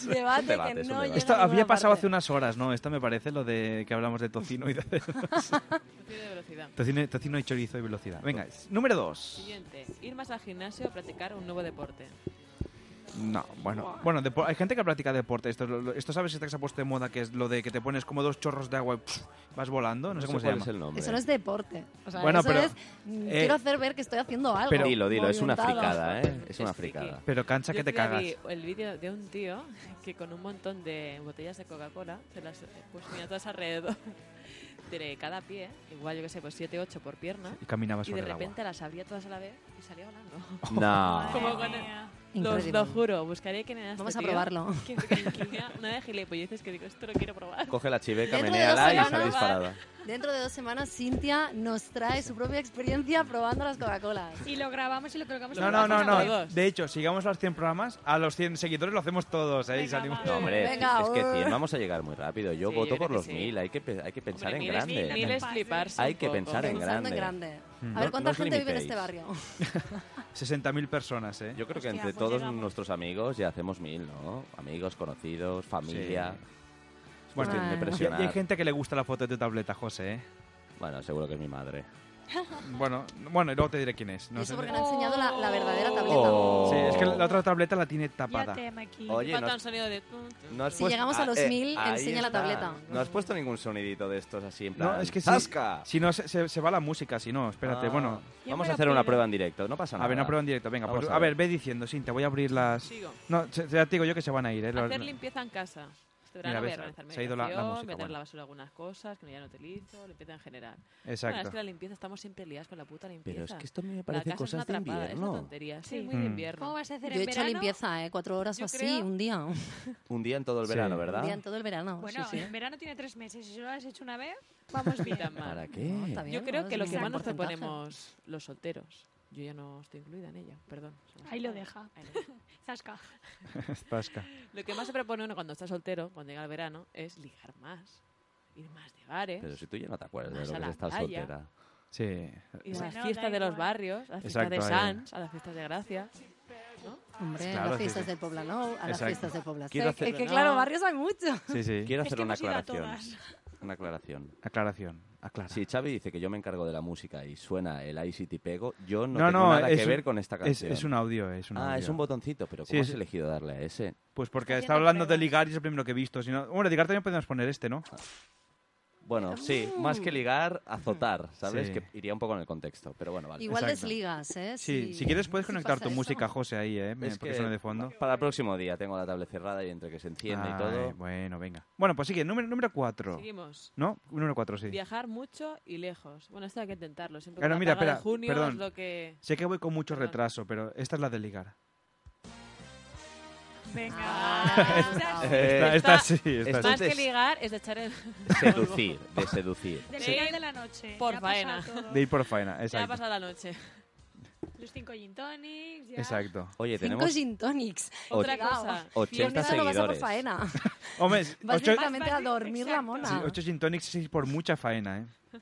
deba- debate,
Debate,
que
es un
no
debate.
llega
Esto
a ninguna
había pasado
parte.
hace unas horas, ¿no? Esto me parece lo de que hablamos de tocino y de cerdo.
[LAUGHS]
Tiro de velocidad.
tocino, tocino y chorizo y velocidad. Venga, es- número dos.
Siguiente. Ir más al gimnasio o practicar un nuevo deporte.
No, bueno. Bueno, depo- hay gente que practica deporte. Esto, es lo- lo- esto sabes este que se ha puesto de moda, que es lo de que te pones como dos chorros de agua y pf, vas volando. No,
sé
sé cómo se
cuál
llama.
es el nombre.
Eso no es deporte. O sea,
Bueno,
eso
pero,
es, mm,
eh,
quiero hacer ver que estoy haciendo algo.
pero-
Dilo, dilo, es una
movimentado.
fricada, ¿eh? Es una fricada.
Pero cancha
Yo
que te
otro día
cagas.
vi el vídeo de un tío [LAUGHS] que con un montón de botellas de Coca-Cola se las eh, pues, tenía todas alrededor [LAUGHS] de cada pie, igual yo que sé, pues 7, 8 por pierna.
Y caminaba sobre
Y de
el agua.
repente las abría todas a la vez y
[LAUGHS]
salía volando.
No.
[LAUGHS] Como con el- los,
Increíble.
lo juro, buscaré quién era este
Vamos a
tío,
probarlo.
[LAUGHS] Que, que- que me da una de gilipolleces que digo, esto lo quiero probar.
Coge la chiveca,
Dentro de
menéala
dos
y sale
semanas-
disparada.
Dentro de dos semanas, Cintia nos trae su propia experiencia probando las Coca-Colas.
Y lo grabamos y lo
pues
colocamos
No,
en
no,
la
no,
página
no. De hecho, sigamos los 100 programas, a los 100 seguidores lo hacemos todos, ¿eh? Y salimos
No, hombre,
Venga, uh.
es que
va.
100 vamos a llegar muy rápido. Yo
Sí, yo
voto
creo
por
que
los
sí.
1000, hay que, pe- hay que pensar
Hombre,
en
mil es
grande.
mil, mil es fliparse
Hay
un
que
poco.
pensar en grande.
Pensando en grande.
Mm.
A ver,
No-
¿cuánta
no os
gente vive en
limitéis.
este
[LAUGHS]
barrio?
60.000 personas, ¿eh?
Yo creo que
Hostia,
entre
pues
todos
llegamos.
nuestros amigos ya hacemos 1000, ¿no? Amigos, conocidos, familia.
Sí.
Es cuestión de presionar.
Y hay gente que le gusta la foto de tu tableta, José, ¿eh?
Bueno, seguro que es mi madre.
Bueno, bueno, y luego te diré quién es. No
Eso
sé.
porque no ha enseñado la, la verdadera tableta.
Oh.
Sí, es que la otra tableta la tiene tapada.
Oye,
Falta
no-
un sonido de... tum,
No has Ah, eh,
Si llegamos a los 1000,
ahí
enseña la
está.
tableta.
No has puesto ningún sonidito de estos así en plan.
No, es que si,
¡Zasca!
si no, se, se- se va la música, si no, espérate,
Ah.
bueno.
Vamos a hacer una prueba en directo, no pasa nada.
A ver, una prueba en directo, venga.
Vamos
pues,
a
a ver, ve diciendo, Cinta, voy a abrir las...
Sigo.
No, se- ya te digo yo que se van a ir, ¿eh? Los-
Hacer limpieza en casa. Este Este
Mira,
verano voy a
ves,
organizarme
se ha ido la- la
habitación,
música,
voy a tener
bueno.
la basura algunas cosas que ya no utilizo, limpieza en general. Bueno,
Exacto.
es que la limpieza, estamos siempre liadas con la puta limpieza.
Pero es que esto me
La
parece
casa es
cosas
una
de
atrapada, Es
invierno.
una tontería, sí,
Sí.
muy
Mm.
de invierno.
¿Cómo vas a hacer
Yo he
en
hecho
verano?
limpieza, ¿eh? Cuatro horas
Yo
o así,
creo-
un día. [LAUGHS]
Un día en todo el
Sí.
verano,
Un día
¿verdad?
en todo el verano.
Bueno,
sí, sí.
en verano tiene tres meses. Si solo lo has hecho una vez, vamos bien.
¿Para
No, está
qué?
bien,
Yo
¿no?
creo que
Es
lo
un
que más nos
porcentaje.
proponemos los solteros, yo ya no estoy incluida en ella, perdón.
[LAUGHS]
somos
Ahí lo
solteros.
deja.
Ahí lo deja.
[LAUGHS] Zasca.
Zasca.
Lo que más se propone uno cuando está soltero, cuando llega el verano, es ligar más, ir más de bares.
Pero si tú ya no te acuerdas de
Vas
lo
¿eh? a
que
la
es estar
playa.
soltera.
Sí.
Ir a las
Bueno,
fiestas
da
de los
igual.
barrios, a las
Exacto,
fiestas de
ahí.
Sans, a las fiestas de Gracia. ¿no?
Hombre,
Claro,
a las
sí,
fiestas
sí.
del Poblenou, a las
Exacto.
fiestas del Pobla
Quiero
Sec.
hacer-
Es que
No.
claro, barrios hay mucho.
Sí,
[LAUGHS]
[LAUGHS]
sí.
Quiero
Es
hacer
que
una
hemos ido a
aclaración.
todas.
Una aclaración.
Aclaración. Aclara.
Si Xavi dice que yo me encargo de la música y suena el ICT Pego, yo no,
No,
tengo
no,
nada
es
que
un-
ver con esta
es-
canción.
es un audio, es un
Ah,
audio.
es un botoncito, pero
Sí,
¿cómo
es-
has elegido darle a ese?
Pues porque
Está
está
haciendo
hablando de ligar y es lo primero que he visto. Si no... Bueno, ligar también podemos poner este, ¿no?
Ah. Bueno, sí,
Uh.
más que ligar, azotar, ¿sabes?
Sí.
Que iría un poco en el contexto, pero bueno, vale.
Igual
Exacto.
desligas, ¿eh?
Sí, si quieres puedes
si
conectar
pasa
tu
eso.
música, José, ahí, ¿eh? Me-
Es
porque
que
suena de fondo.
Para el próximo día tengo la tablet cerrada y entre que se enciende y
Ay,
todo.
Bueno, venga. Bueno, pues sigue, número, número cuatro.
Seguimos.
¿No? Número cuatro, sí.
Viajar mucho y lejos. Bueno, esto hay que intentarlo. Siempre
Claro,
con la
mira,
paga de
espera,
junio
perdón.
es lo que...
Sé que voy con mucho retraso, pero esta es la de ligar.
Venga. [LAUGHS]
[LAUGHS]
Ah,
Eh,
Eh.
Esta- esta sí, esta
es
sí.
Más que ligar es de echar el...
Seducir, de
[LAUGHS]
seducir.
Del final de la noche.
Por
ya ha
faena.
pasado todo.
De ir por faena,
Ya ha
exacto.
pasado la noche.
Los cinco gin tonics, ya.
Exacto.
Oye,
Cinco
tenemos
gin tonics.
Otra
Cuidado.
cosa, 80
Fiesta no vas a por
seguidores.
[LAUGHS]
faena.
[LAUGHS] Hombre,
Vas
ocho,
directamente a dormir la mona.
sí, ocho gin tonics sí, por mucha faena, ¿eh?
[LAUGHS]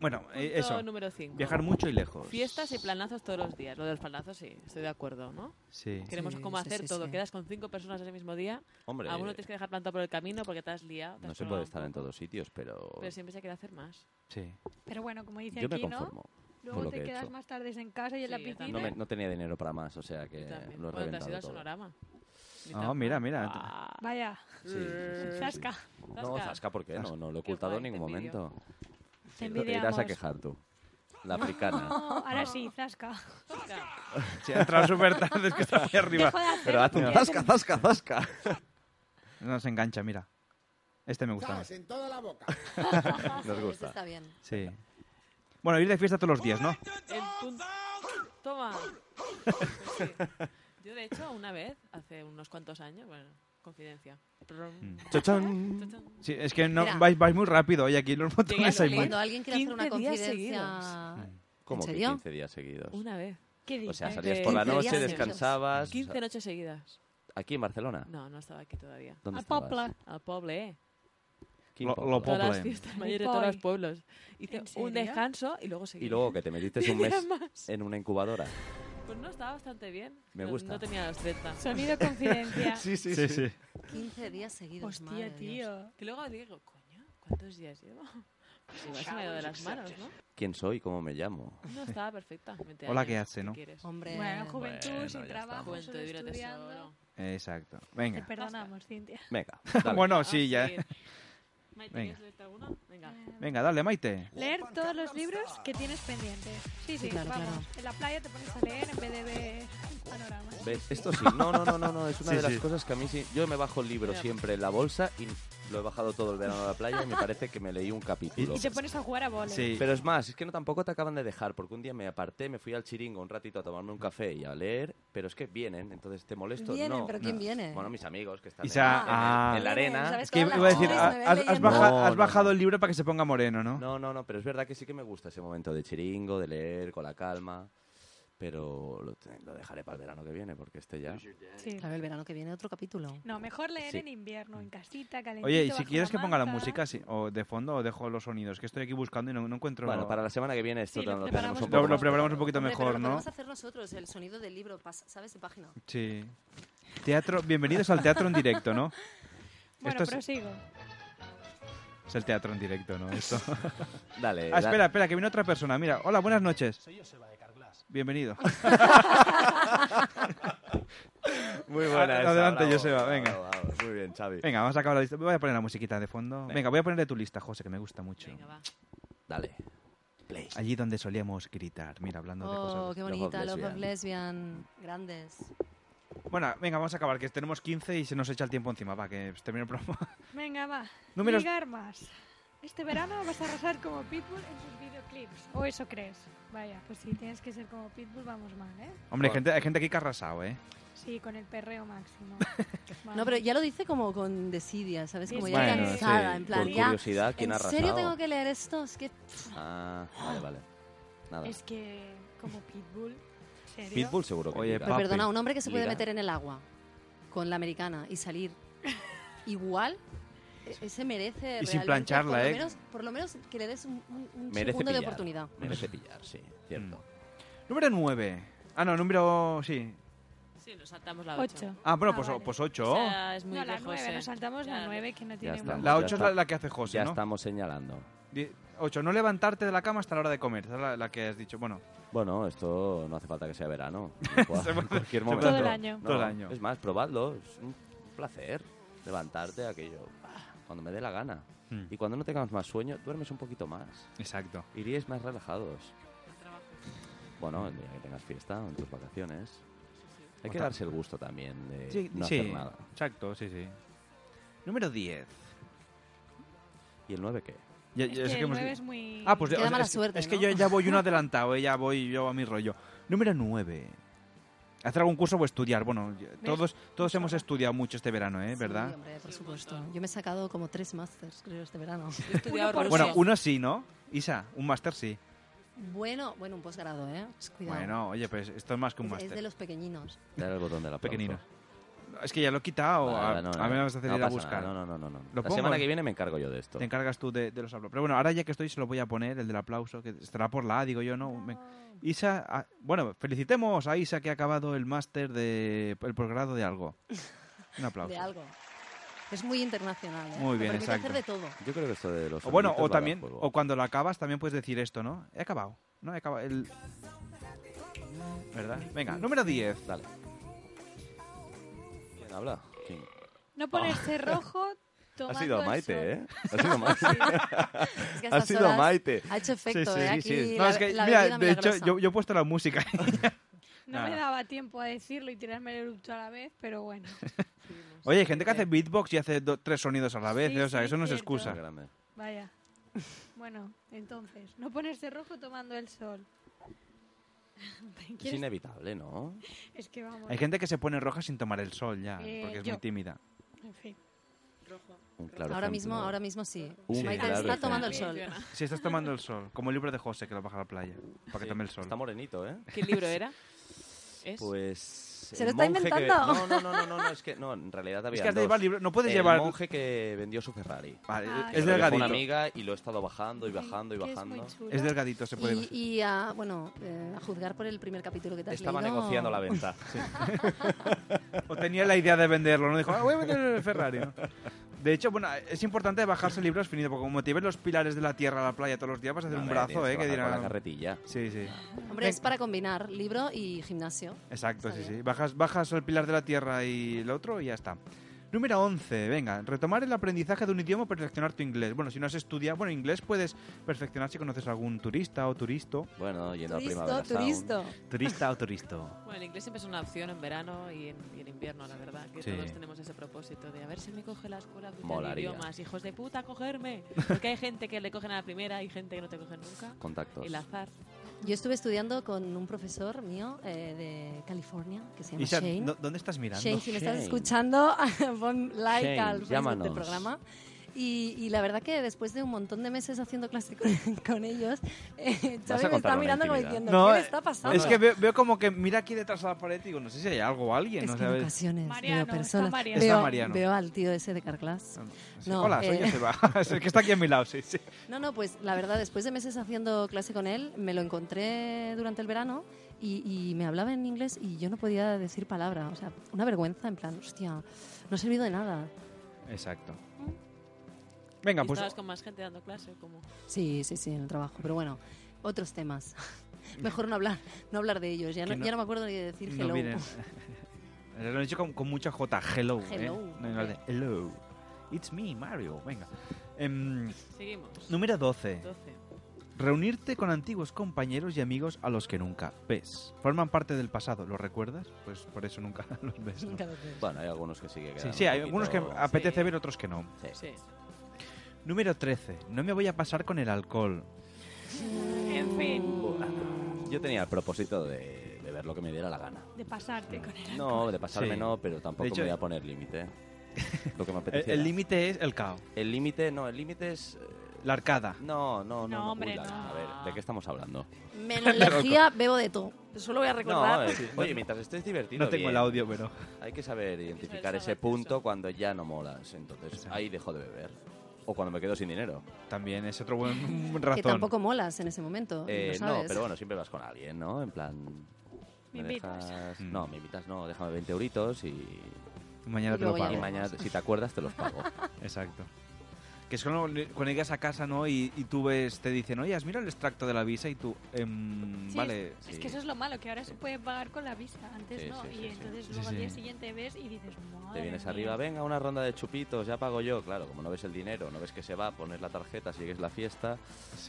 Bueno, eh, eso.
número cinco.
Viajar mucho y lejos.
Fiestas y planazos todos los días. Lo de los planazos, sí, estoy de acuerdo, ¿no?
Sí.
Queremos
Sí,
cómo
sí,
hacer
sí,
todo.
sí.
Quedas con cinco personas ese mismo día.
Hombre.
A uno tienes que dejar plantado por el camino porque te has liado. te
No
has
se
colgado
puede
un
estar en
poco.
todos sitios, pero...
Pero siempre se quiere hacer más.
Sí.
Pero bueno, como dice
Yo me
aquí,
conformo con
¿no?
lo
Luego te
que he
quedas
hecho.
más tardes en casa y en la
Sí, yo
No,
piscina.
me- no tenía dinero para más, o sea que
También.
lo he
Bueno, te has ido
reventado
al
todo.
sonorama. Ni
Ah,
tan
mira,
mal.
mira.
Ah.
Vaya.
Sí, sí, sí, sí.
Zasca.
No, Zasca, ¿por qué? No, no lo he ocultado en ningún momento.
Te
Te irás
envidiamos.
a quejar tú. La
[LAUGHS]
[LAUGHS]
africana. Ah.
No, Oh, ahora sí, Zasca.
Se ha entrado
[LAUGHS]
súper [LAUGHS] tarde, es que está muy arriba.
Dejo de hacer
Pero haz un
Mira.
zasca, zasca, zasca.
No se engancha, mira. Este me gusta. más.
Zas, en toda la boca.
[LAUGHS] Nos
Ese
gusta.
está bien.
Sí. Bueno, ir de fiesta todos los días, ¿no?
El punto... Toma. Yo, de hecho, una vez, hace unos cuantos años, bueno, confidencia.
Mm.
Chochón. Sí, es que no,
Mira.
vais, vais muy rápido. Oye, aquí los botones hay muy...
Cuando alguien quiere hacer una
15 días
confidencia...
Como que
serio?
15 días seguidos.
Una vez. ¿Qué
O sea,
dices?
salías por la
15 días
noche,
seguidos.
descansabas.
15 noches seguidas.
Aquí en Barcelona.
No, no estaba aquí todavía.
¿Dónde Al estabas? poble.
Al poble.
Quin
Lo-
poble.
lo
Todas las
Poble.
fiestas
Al
mayores de todos los
poi.
pueblos. Hice
¿En serio?
un descanso y luego seguí.
Y luego que te
[LAUGHS]
metiste un mes
Más.
en una incubadora.
Pues no, estaba bastante bien.
Me
No-
gusta.
No, tenía los 30.
[LAUGHS]
Sonido confidencia.
sí, sí.
15 días seguidos,
Hostia,
madre de Dios.
tío.
Que luego digo, coño, ¿cuántos días llevo? Pues igual se me ha ido de las manos, ¿no?
¿Quién soy? ¿Cómo me llamo?
No estaba perfecta. 20
Hola,
años,
¿qué hace, no?
quieres?
Hombre.
Bueno, juventud,
Bueno,
sin
ya
trabajo,
Juventud
solo
y vida
estudiando.
tesoro.
Exacto.
Te
Venga.
perdonamos, Cintia.
[LAUGHS]
Venga. dale.
Bueno, sí, ya. Venga.
Maite, ¿quieres leerte alguna? Venga.
Venga, dale, Maite.
Leer todos los libros que tienes pendientes. Sí, sí,
claro,
vamos.
claro.
En la playa te pones a leer en vez de ver panoramas.
¿Ves? Esto sí. No, no, no, no, no. Es una
Sí,
de las
sí.
cosas que a mí sí. Yo me bajo el libro
Mira.
siempre en la bolsa y lo he bajado todo el verano a la playa y me parece que me leí un capítulo.
Y te pones a jugar a vole.
Sí.
Pero es más, es que no tampoco te acaban de dejar, porque un día me aparté, me fui al chiringo un ratito a tomarme un café y a leer, pero es que vienen, entonces te molesto.
Vienen,
no.
pero ¿quién
No.
viene?
Bueno, mis amigos que están
Y
en-
se ha-
en,
ah.
en la
Vienen,
arena.
¿sabes?
Es que
Todas
iba a
las
decir, ah,
tardes
has,
me ven
has
leyendo.
baja-
No,
has
no,
bajado
no.
el libro para que se ponga moreno, ¿no?
No, no, no, pero es verdad que sí que me gusta ese momento de chiringo, de leer con la calma, pero lo, te- lo dejaré para el verano que viene, porque este ya...
Sí.
Claro, el verano que viene otro capítulo.
No, mejor leer
Sí.
en invierno, en casita, calentito.
Oye, y si
bajo
quieres que ponga la
manta.
música sí, o de fondo o dejo los sonidos, que estoy aquí buscando y no, no encuentro...
Bueno, para la semana que viene esto
Sí,
te-
lo
lo,
preparamos
tenemos
un
un
lo,
poco
lo
más
preparamos un
preparado.
poquito
Hombre, pero
mejor,
lo
¿no?
podemos hacer nosotros, el sonido del libro, pas- ¿sabes? De página.
Sí. Teatro, bienvenidos al teatro en directo, ¿no?
Bueno,
Esto es-
prosigo.
Es el teatro en directo, ¿no? Esto.
[LAUGHS] Dale,
Ah,
da-
espera, espera, que viene otra persona. Mira, hola, buenas noches. Soy Bienvenido.
[LAUGHS] Muy buena esa,
Ah, Adelante,
bravo,
Joseba, venga.
bravo, bravo. Muy bien, Xavi.
Venga, vamos a acabar la lista. Voy a poner la musiquita de fondo. Venga, voy a ponerle tu lista, José, que me gusta mucho.
Venga, va.
Dale. Play.
Allí donde solíamos gritar. Mira, hablando de
Oh,
cosas.
qué
Love of
bonita, Love of
Lesbian.
Lesbian. Grandes.
Bueno, venga, vamos a acabar, que tenemos 15 y se nos echa el tiempo encima. Va, que termine el programa. [LAUGHS]
Venga, va.
Números-
Ligar más. Este verano vas a arrasar como Pitbull en sus videoclips. ¿O eso crees? Vaya, pues si tienes que ser como Pitbull, vamos mal, ¿eh?
Hombre, hay gente, hay gente aquí que ha arrasado, ¿eh?
Sí, con el
[LAUGHS]
perreo máximo.
No, pero ya lo dice como con desidia, ¿sabes? Como ya
Bueno,
cansada,
sí,
en plan,
por
ya,
curiosidad, ¿quién
¿en
ha
serio
arrasado?
tengo que leer esto? Es que... pff,
Ah, vale, vale. Nada.
Es que como Pitbull... ¿en serio?
Pitbull seguro que
Oye,
liga.
Pero perdona, un hombre que se puede
Liga.
meter en el agua con la americana y salir igual, e- ese merece
Y sin
realmente,
plancharla,
por lo
¿eh?
menos- por lo menos que le des un, un- un
Merece
segundo de
pillar.
oportunidad.
Merece pillar, sí, cierto.
Mm. Número 9. Ah, no, número... Sí.
Sí, nos saltamos la 8.
Ocho.
Ah, bueno,
Ah,
pues,
vale.
pues 8.
O sea, es muy
No, la
lejos,
nueve,
eh.
nos saltamos la
Ya,
nueve, que no
Ya
tiene...
estamos,
La
ya
8 es la,
está-
la que hace José,
Ya
¿no?
estamos señalando.
8. No levantarte de la cama hasta la hora de comer. Esa es la, la que has dicho. Bueno,
Bueno, esto no hace falta que sea
[LAUGHS]
verano.
Se
en
puede-
cualquier
se puede
momento.
hacer Todo el año.
No,
todo el año.
Es más, probadlo. Es un placer levantarte aquello. ah, Cuando me dé la gana. Y cuando no tengamos más sueño, duermes un poquito más.
Hmm. Exacto.
Iríais más relajados. Bueno, el día que tengas fiesta o en tus vacaciones. Hay que
Otra-
darse el gusto también de
Sí,
eh, no
sí,
hacer nada.
Exacto, sí, sí. Número 10.
¿Y el 9 qué?
Ya-
Es
ya
que
sé
el
hemos-
nueve es muy-
Ah, pues
Queda
o sea,
mala
es, que-
suerte,
es que
¿no?
yo ya
[LAUGHS]
voy uno adelantado, eh, ya voy yo a mi rollo. Número 9. Hacer algún curso o estudiar. Bueno, ya- todos,
Pues
todos hemos estudiado mucho este verano, ¿eh?
Sí,
¿Verdad?
hombre, por supuesto. Yo me he sacado como tres másters, creo, este verano.
estudiado Uno por
Bueno, uno sí, ¿no? Isa, un máster sí.
Bueno, bueno, un posgrado, ¿eh? Pues cuidado.
Bueno, oye, pues esto es más que un
Es- es, de
máster.
los pequeñinos.
Dale al botón de la
Pequeñino. Es que ya lo he quitado.
Vale,
a,
no, no,
a mí me vas
no
a hacer ir a
pasa
buscar.
nada, no, no, no, no.
¿Lo
La
pongo?
semana que viene me encargo yo de esto.
Te encargas tú de, de los aplausos. Pero bueno, ahora ya que estoy, se lo voy a poner, el del aplauso, que estará por la A, digo yo, ¿no? Me- Isa, ah, bueno, felicitemos a Isa que ha acabado el máster de el posgrado de algo. Un aplauso.
De algo. Es muy internacional, ¿eh?
Muy
Me
bien,
permite
exacto.
hacer [LAUGHS] de todo.
Yo creo que esto de los
O bueno,
amiguitos
o
va a dar
también,
juego.
o cuando lo acabas, también puedes decir esto, ¿no? He acabado, ¿no? He acabado. el- ¿Verdad? Venga, número 10.
Dale. ¿Quién habla? ¿Quién? Ah.
[LAUGHS]
No ponerse
Ah.
rojo
[LAUGHS] Ha
tomando
sido
el sol.
Maite, ¿eh? Ha
[LAUGHS]
sido Maite. [LAUGHS]
Es
ha
que a estas
sido
horas
Maite.
ha hecho efecto, ¿eh? Aquí
No,
la-
es [LAUGHS] que,
la
mira,
bebida
de hecho,
milagrosa.
yo, yo he puesto la música.
No
Nada.
me daba tiempo a decirlo y tirarme el eructo a la vez, pero
[LAUGHS]
bueno.
Oye, hay gente que hace beatbox y hace do- tres sonidos a la vez,
Sí,
¿eh? o sea,
sí,
eso no es
cierto.
excusa.
Vaya. Bueno, entonces, no ponerse rojo tomando el sol.
Es
[LAUGHS] ¿Quieres-
inevitable, ¿no?
Es que vamos.
Hay gente que se pone roja sin tomar el sol ya,
Eh,
porque es
yo.
muy tímida.
En fin. Rojo.
Un claro
ahora
ejemplo.
mismo, ahora mismo sí.
Un
Maite
claro
está
ejemplo.
tomando el sol.
[LAUGHS] Si estás tomando el sol, como el libro de José que lo baja a la playa, para que tome el sol.
Está morenito, ¿eh?
¿Qué
[LAUGHS]
libro era? ¿Es?
Pues...
¿Se
el
lo está
monje que-
inventando?
No, no, no, no, no, no, es que no, en realidad había
que has de
dos.
llevar libro- no puedes
el
llevar-
monje que vendió su Ferrari.
Vale, Ah,
Que
es
lo dejó
delgadito.
una amiga y lo he estado bajando y bajando y
que es
bajando.
muy chulo.
Es delgadito, se puede...
Y, y, ah, bueno, eh, a juzgar por el primer capítulo que te has
Estaba
leído...
negociando la venta.
[LAUGHS] O tenía la idea de venderlo, ¿no? Dijo, "Ah, voy a vender el Ferrari, ¿no? De hecho, bueno, es importante bajarse libros finitos, porque como te ves los pilares de la tierra a la playa todos los días, vas a hacer
No,
un
hombre,
brazo,
tienes que
¿eh?
bajar
Que
con
dirán...
la carretilla.
Sí, sí.
Hombre, es para combinar libro y gimnasio.
Exacto,
Está
sí, sí.
bien.
Bajas, bajas el pilar de la tierra y el otro y ya está. Número 11, venga, retomar el aprendizaje de un idioma o perfeccionar tu inglés. Bueno, si no has estudiado, bueno, inglés puedes perfeccionar si conoces a algún turista o turisto.
Bueno, yendo
a Turisto, Primavera Sound. turisto.
Turista o turisto.
Bueno, el inglés siempre es una opción en verano y en, y en invierno, la verdad. Que
Sí.
todos tenemos ese propósito de a ver si me coge la escuela oficial de
Molaría.
idiomas. Hijos de puta,
[LAUGHS]
cogerme. Porque hay gente que le cogen a la primera y gente que no te cogen nunca.
Contactos.
El azar.
Yo estuve estudiando con un profesor mío eh, de California que se llama
Isa,
Shane.
¿dó- ¿dónde estás mirando?
Shane, si me estás
Shane.
escuchando, [LAUGHS] pon like
Shane,
al Facebook
llámanos.
del programa. Y, y la verdad que después de un montón de meses haciendo clase con, [LAUGHS] con ellos, eh,
a
Xavi me
contar
está
una
mirando como
intimidad.
diciendo,
No,
¿qué le está pasando?
Es que veo, veo como que mira aquí detrás de la pared y digo, no sé si hay algo o alguien.
Es
¿no
que en
sabes?
ocasiones
Mariano,
veo personas.
está Mariano.
Veo,
Está Mariano.
veo al tío ese de Carclass.
Sí, Hola, soy
eh,
yo, Seba. [LAUGHS] Es el que está aquí a mi lado, sí, sí.
No, no, pues la verdad, después de meses haciendo clase con él, me lo encontré durante el verano y, y me hablaba en inglés y yo no podía decir palabra. O sea, una vergüenza, en plan, hostia, no he servido de nada.
Exacto. Venga,
Ah,
Y
pues...
Estabas con más gente dando clase, como...
Sí, sí, sí, en el trabajo. Pero bueno, otros temas. [LAUGHS] Mejor no hablar, no hablar de ellos. Ya
Que
no,
no-
ya no me acuerdo ni de decir hello.
No,
[LAUGHS]
miren. Lo han dicho con, con mucha J. Hello. ¿eh?
Hello,
No, en lugar de
hombre.
hello. It's me, Mario. Venga. Em,
Seguimos.
número 12.
12.
Reunirte con antiguos compañeros y amigos a los que nunca ves. Forman parte del pasado, ¿lo recuerdas? Pues por eso nunca [LAUGHS] los ves. ¿no?
Bueno, hay algunos que sí que
Sí,
quedan
sí,
un
hay
poquito-
algunos que apetece ver, otros que no.
Sí.
Número 13. No me voy a pasar con el alcohol.
En fin,
Yo tenía el propósito eh, de beber lo que me diera la gana.
de pasarte con él.
No, de pasarme
Sí.
no, pero tampoco
De hecho,
me voy a poner límite. Lo que me
[LAUGHS] El,
apetece.
el límite es el caos.
El límite, no, el límite es... eh,
La arcada.
No, no, no.
No,
no,
hombre,
uy, la-
no.
A ver, ¿de qué estamos hablando? [LAUGHS]
Menos lejía, bebo de todo. Solo voy a
No,
[LAUGHS]
recordar.
eh, oye, mientras estés divertido.
No tengo el audio, pero.
Hay que saber identificar ese punto cuando ya no molas. Entonces, ahí dejo de beber. O cuando me quedo sin dinero.
También es otro buen
que tampoco molas en ese momento.
Eh,
lo
no,
sabes.
pero bueno, siempre vas con alguien, ¿no? En plan.
Me invitas.
dejas-
Mm.
No, me invitas, no, déjame 20 euritos y.
Mañana
Y
te lo
luego ya
pago.
Y mañana, si te acuerdas, te los pago.
[LAUGHS] Exacto. Que es cuando, cuando llegas a casa, ¿no? Y, y tú ves, te dicen, oye, has mirado el extracto de la visa y tú, em,
Sí,
vale.
es, es que eso es lo malo, que ahora se puede pagar con la vista, antes
Sí,
no.
sí,
y
sí, sí.
entonces
Sí,
luego al
sí.
día siguiente ves y dices, madre
Te vienes
mía".
arriba, venga, una ronda de chupitos, ya pago yo. Claro, como no ves el dinero, no ves que se va, pones la tarjeta, sigues la fiesta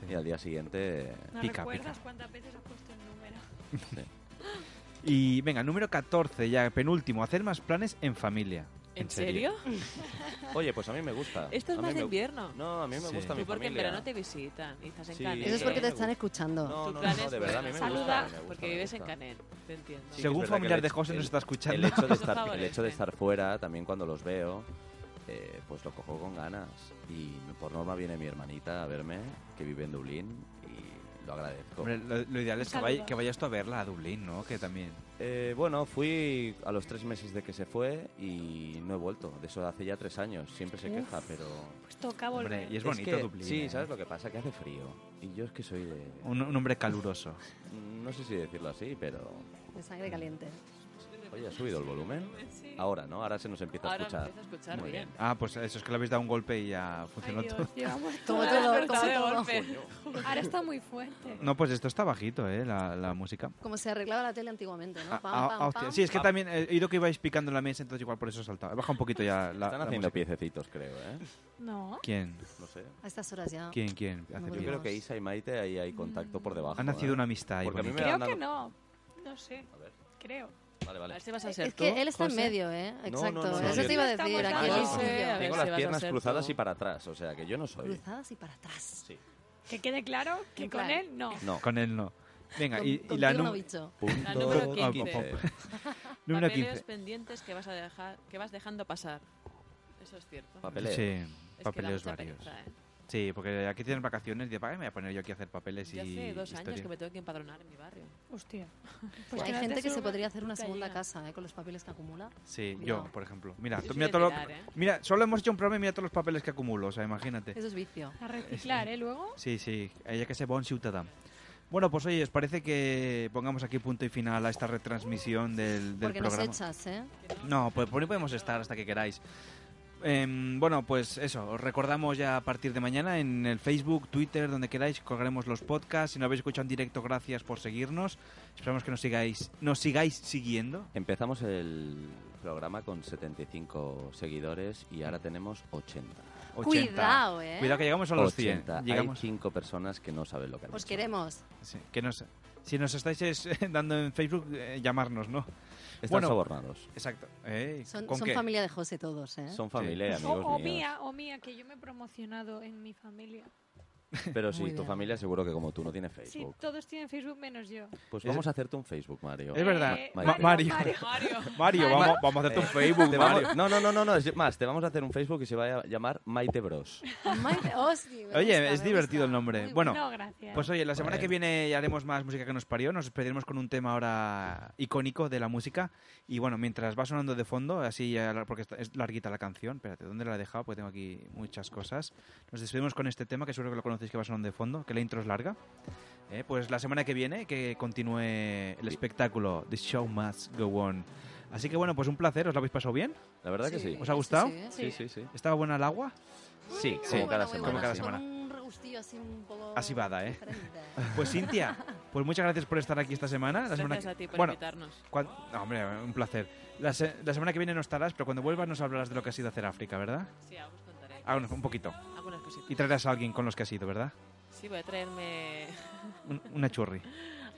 y al día siguiente.
¿No
Pica,
recuerdas cuántas veces has puesto el número?
[LAUGHS] Y venga, número 14, ya penúltimo, hacer más planes en familia.
¿En serio?
[LAUGHS] Oye, pues a mí me gusta.
[LAUGHS] Esto
A
es
mí
más de
me-
invierno.
No, a mí me
Sí.
gusta mi
Tú porque en
familia.
verano te visitan y estás en
Sí.
Canet.
Eso es porque te
me
están
gusta.
escuchando.
No,
Tu
no,
plan
no,
es
de verdad, a mí me gusta,
Saluda
me gusta, me
porque
gusta.
vives en Canet, te entiendo.
Sí que es verdad que
familiar
el
de
hecho-
José nos
el-
está escuchando.
El hecho, de
Eso
estar, el
favorece.
hecho de estar fuera, también cuando los veo, eh, pues lo cojo con ganas. Y por norma viene mi hermanita a verme, que vive en Dublín, y lo agradezco.
Hombre, lo, lo ideal es que, vaya- que vayas tú a verla a Dublín, ¿no? Que también.
Eh, bueno, fui a los tres meses de que se fue y no he vuelto. De eso hace ya tres años. Siempre se
Uf.
queja, pero...
Pues toca volver.
Hombre, y es bonito
que-
Dublín,
Sí,
¿eh?
¿sabes lo que pasa? Que hace frío. Y yo es que soy de...
Un, un hombre caluroso.
No sé si decirlo así, pero...
De sangre caliente.
Oye, ¿ha subido el volumen?
Sí.
Ahora, ¿no? Ahora se nos empieza
Ahora
a escuchar.
empieza a escuchar
Muy
bien.
Ah, pues eso es que le habéis dado un golpe y ya funcionó todo.
Como
toda la
todo, como
despertada
todo.
golpe. Ahora está muy fuerte.
[LAUGHS] No, pues esto está bajito, ¿eh? La, la música.
Como se arreglaba la tele antiguamente, ¿no?
Ah,
Pam,
ah,
pam,
ah, hostia.
pam.
Sí, es que también he oído que ibais picando en la mesa, entonces igual por eso he saltado. He bajado un poquito ya la.
Están
la
haciendo
música.
piececitos, creo, ¿eh?
No.
¿Quién?
No sé.
A estas horas ya.
¿Quién, quién?
No
Hace
Yo
bien.
creo que Isa y Maite ahí hay contacto por debajo.
Ha nacido
¿eh?
una amistad ahí
Porque a mí
bonita.
me
Creo
han
que
dado-
no. No sé. Creo.
Vale, vale.
A ver si vas a
Es
ser
que
tú,
él está en
José.
medio, ¿eh?
No,
Exacto.
no, no,
Eso
yo-
te iba a decir.
Estamos
Aquí
aquí,
el
sí.
chiquillo.
A ver
Tengo
si
las
vas a
piernas
ser
cruzadas
tú.
y para atrás, o sea que yo no soy.
Cruzadas y para atrás.
Sí.
Que quede claro que con él no.
No.
Con él no. Venga,
Con-
y, y
contigo
la,
no,
num-
bicho.
La número
Ah, pop,
15.
pop. [LAUGHS] número
Papeles
15.
pendientes que vas, a dejar, que vas dejando pasar. Eso es cierto.
Papeleo.
Sí,
que
papeleos
da mucha
varios.
pereza, ¿eh?
Sí, porque aquí tienes vacaciones y dices, "Ay, me voy a poner yo aquí a hacer papeles
Yo
y.
hace dos años
historia".
que me tengo que empadronar en mi barrio. [LAUGHS] Pues
Hostia.
Pues Hay
no Pues te
gente que se
sube
podría hacer una
nunca
segunda
llega.
casa, ¿eh? Con los papeles que acumula.
Sí,
Cuidado.
yo, por ejemplo. Mira,
Yo soy
mira,
de
todo lo-
tirar, ¿eh?
mira, solo hemos hecho un programa y mira todos los papeles que acumulo, o sea, imagínate.
Eso es vicio.
A reciclar, ¿eh? Luego.
Sí, sí, ella que se bon ciutadà. Bueno, pues oye, ¿os parece que pongamos aquí punto y final a esta retransmisión del, del
Porque nos
programa?
echas, ¿eh?
No, pues por ahí podemos estar hasta que queráis. Em, bueno, pues eso, os recordamos ya a partir de mañana en el Facebook, Twitter, donde queráis, colgaremos los podcasts. Si no habéis escuchado en directo, gracias por seguirnos. Esperamos que nos sigáis, nos sigáis siguiendo.
Empezamos el programa con 75 seguidores y ahora tenemos 80.
80. Cuidao, ¿eh? Cuidado que llegamos a los 100.
80.
Llegamos-
Hay 5 personas que no saben lo que han
Os
hecho.
queremos.
Sí, que nos, si nos estáis es, [LAUGHS] dando en Facebook, eh, llamarnos, ¿no?
Están
Bueno,
sobornados.
Exacto. Ey,
Son,
¿con
son
qué?
familia de José todos, ¿eh?
Son familia
Sí.
y
O,
amigos míos.
o Oh, mía, o mía, que yo me he promocionado en mi familia.
Pero
Muy
sí, tu
bien.
familia seguro que como tú no tiene
Sí,
Facebook.
todos tienen Facebook menos yo.
Pues
Es-
vamos a hacerte un Facebook, Mario.
Es verdad.
Eh,
Ma- Mario. Mario.
[LAUGHS]
Mario, vamos, vamos a hacerte un
Eh,
Facebook,
te vamos-
Mario.
No, no, no, no, no, es más, te vamos a hacer un Facebook que se va a llamar Maite Bros.
Maite, hosti, me
Oye,
gusta,
es
me
divertido el nombre. bueno,
bueno. No, gracias.
pues oye, la semana
Bueno.
que viene ya haremos más música que nos parió. Nos despediremos con un tema ahora icónico de la música. Y bueno, mientras va sonando de fondo, así ya la- porque esta- es larguita la canción. Espérate, ¿dónde la he dejado? Porque tengo aquí muchas cosas. Nos despedimos con este tema que seguro que lo conocéis que va sonando de fondo, que la intro es larga. Eh, pues la semana que viene que continúe el espectáculo The Show Must Go On. Así que bueno, pues un placer, ¿os lo habéis pasado bien?
La verdad que Sí. sí.
¿Os ha gustado?
Sí, sí, ¿eh? Sí, sí,
¿Estaba buena el agua?
Sí,
Muy
como
buena,
cada semana.
muy buena,
Como cada
sí,
semana.
Con un regustillo así un poco...
Así bada, ¿eh?
diferente.
Pues Cintia, pues muchas gracias por estar aquí esta semana. La semana
Gracias
que-
a ti por
bueno,
invitarnos.
cuan- no, hombre, un placer. La, se- la semana que viene no estarás, pero cuando vuelvas nos hablarás de lo que ha sido hacer África, ¿verdad?
Sí, algo os contaré.
Ah, bueno, un poquito.
Algunas cositas.
Y traerás a alguien con los que has ido, ¿verdad?
Sí, voy a traerme
Un- una
[LAUGHS]
churri.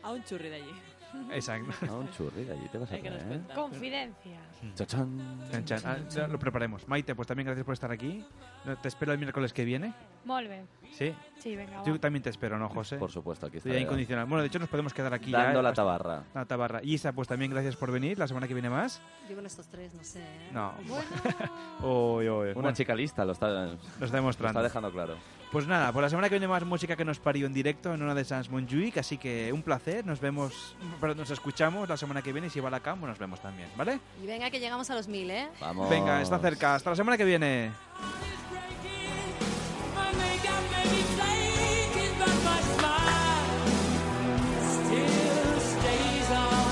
a un churri de allí. [LAUGHS]
Exacto.
A Ah, un churri, de allí te vas a
Ay, que nos
traer.
cuenta.
Confidencia.
Chachán.
Chan, chan. Ah, ya lo prepararemos. Maite, pues también gracias por estar aquí. No, Te espero el miércoles que viene.
Molt bé.
Sí.
Sí, venga,
Yo
va.
también te espero, ¿no, José?
Por supuesto, aquí
Tú
estaré.
ya incondicional. Bueno, de hecho nos podemos quedar aquí
Dando
ya,
la
hasta-
tabarra.
La tabarra. Isa, pues también gracias por venir. La semana que viene más.
[LAUGHS] Yo con estos tres, no sé. ¿eh?
No. [LAUGHS]
Bueno.
Uy, uy,
Una
bueno.
chica lista lo está, lo
está demostrando.
está dejando claro.
Pues nada, por la semana que viene más música que nos parió en directo en una de Sans Montjuic, así que un placer, nos vemos, perdón, nos escuchamos la semana que viene y si va la campo nos vemos también, ¿vale?
Y venga que llegamos a los mil, ¿eh?
Vamos.
Venga, está cerca, hasta la semana que viene.
Still stays on.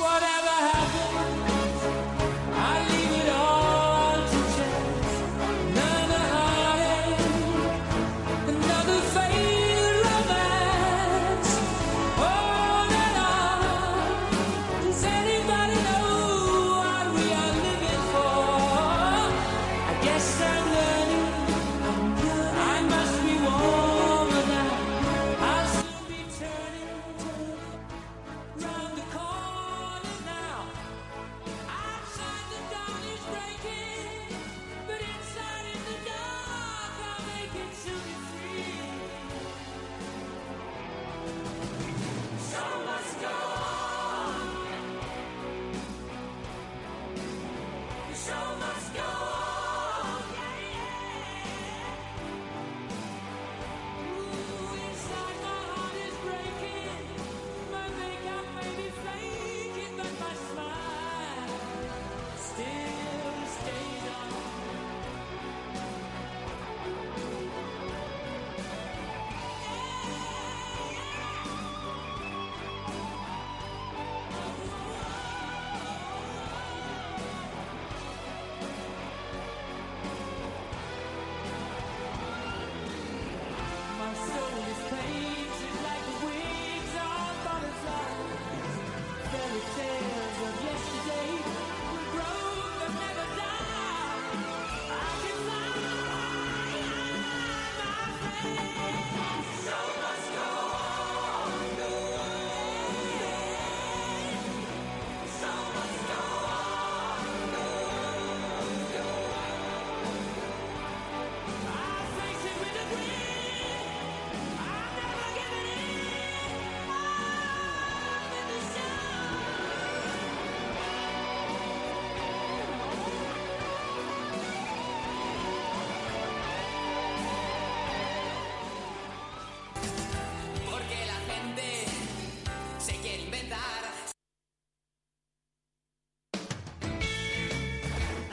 Whatever happens, I leave it all to chance. Another heartache, another failed romance. On and on. Does anybody know what we are living for? I guess I'm learning. I must be warmer now. I'll soon be turning, turning round the corner now. Outside the dawn is breaking, but inside in the dark I'll make it to be free. So much gone. So much gone. Yeah, yeah. Inside my heart is breaking, my makeup may be flaking, but my smile still stays on. My soul is painted like the wings of butterflies. Fairy tales of yesterday will grow but never die. I can fly, my friend. So much go on. So much go on. I face it with a grin. Porque la gente se quiere inventar.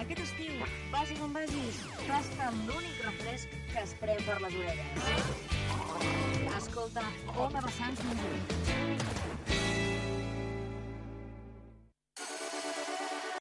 Aquest estiu, vagis on vagis, tasta l'únic refresc que es pren per les orelles. Escolta, Ona Vessants Montjuïc.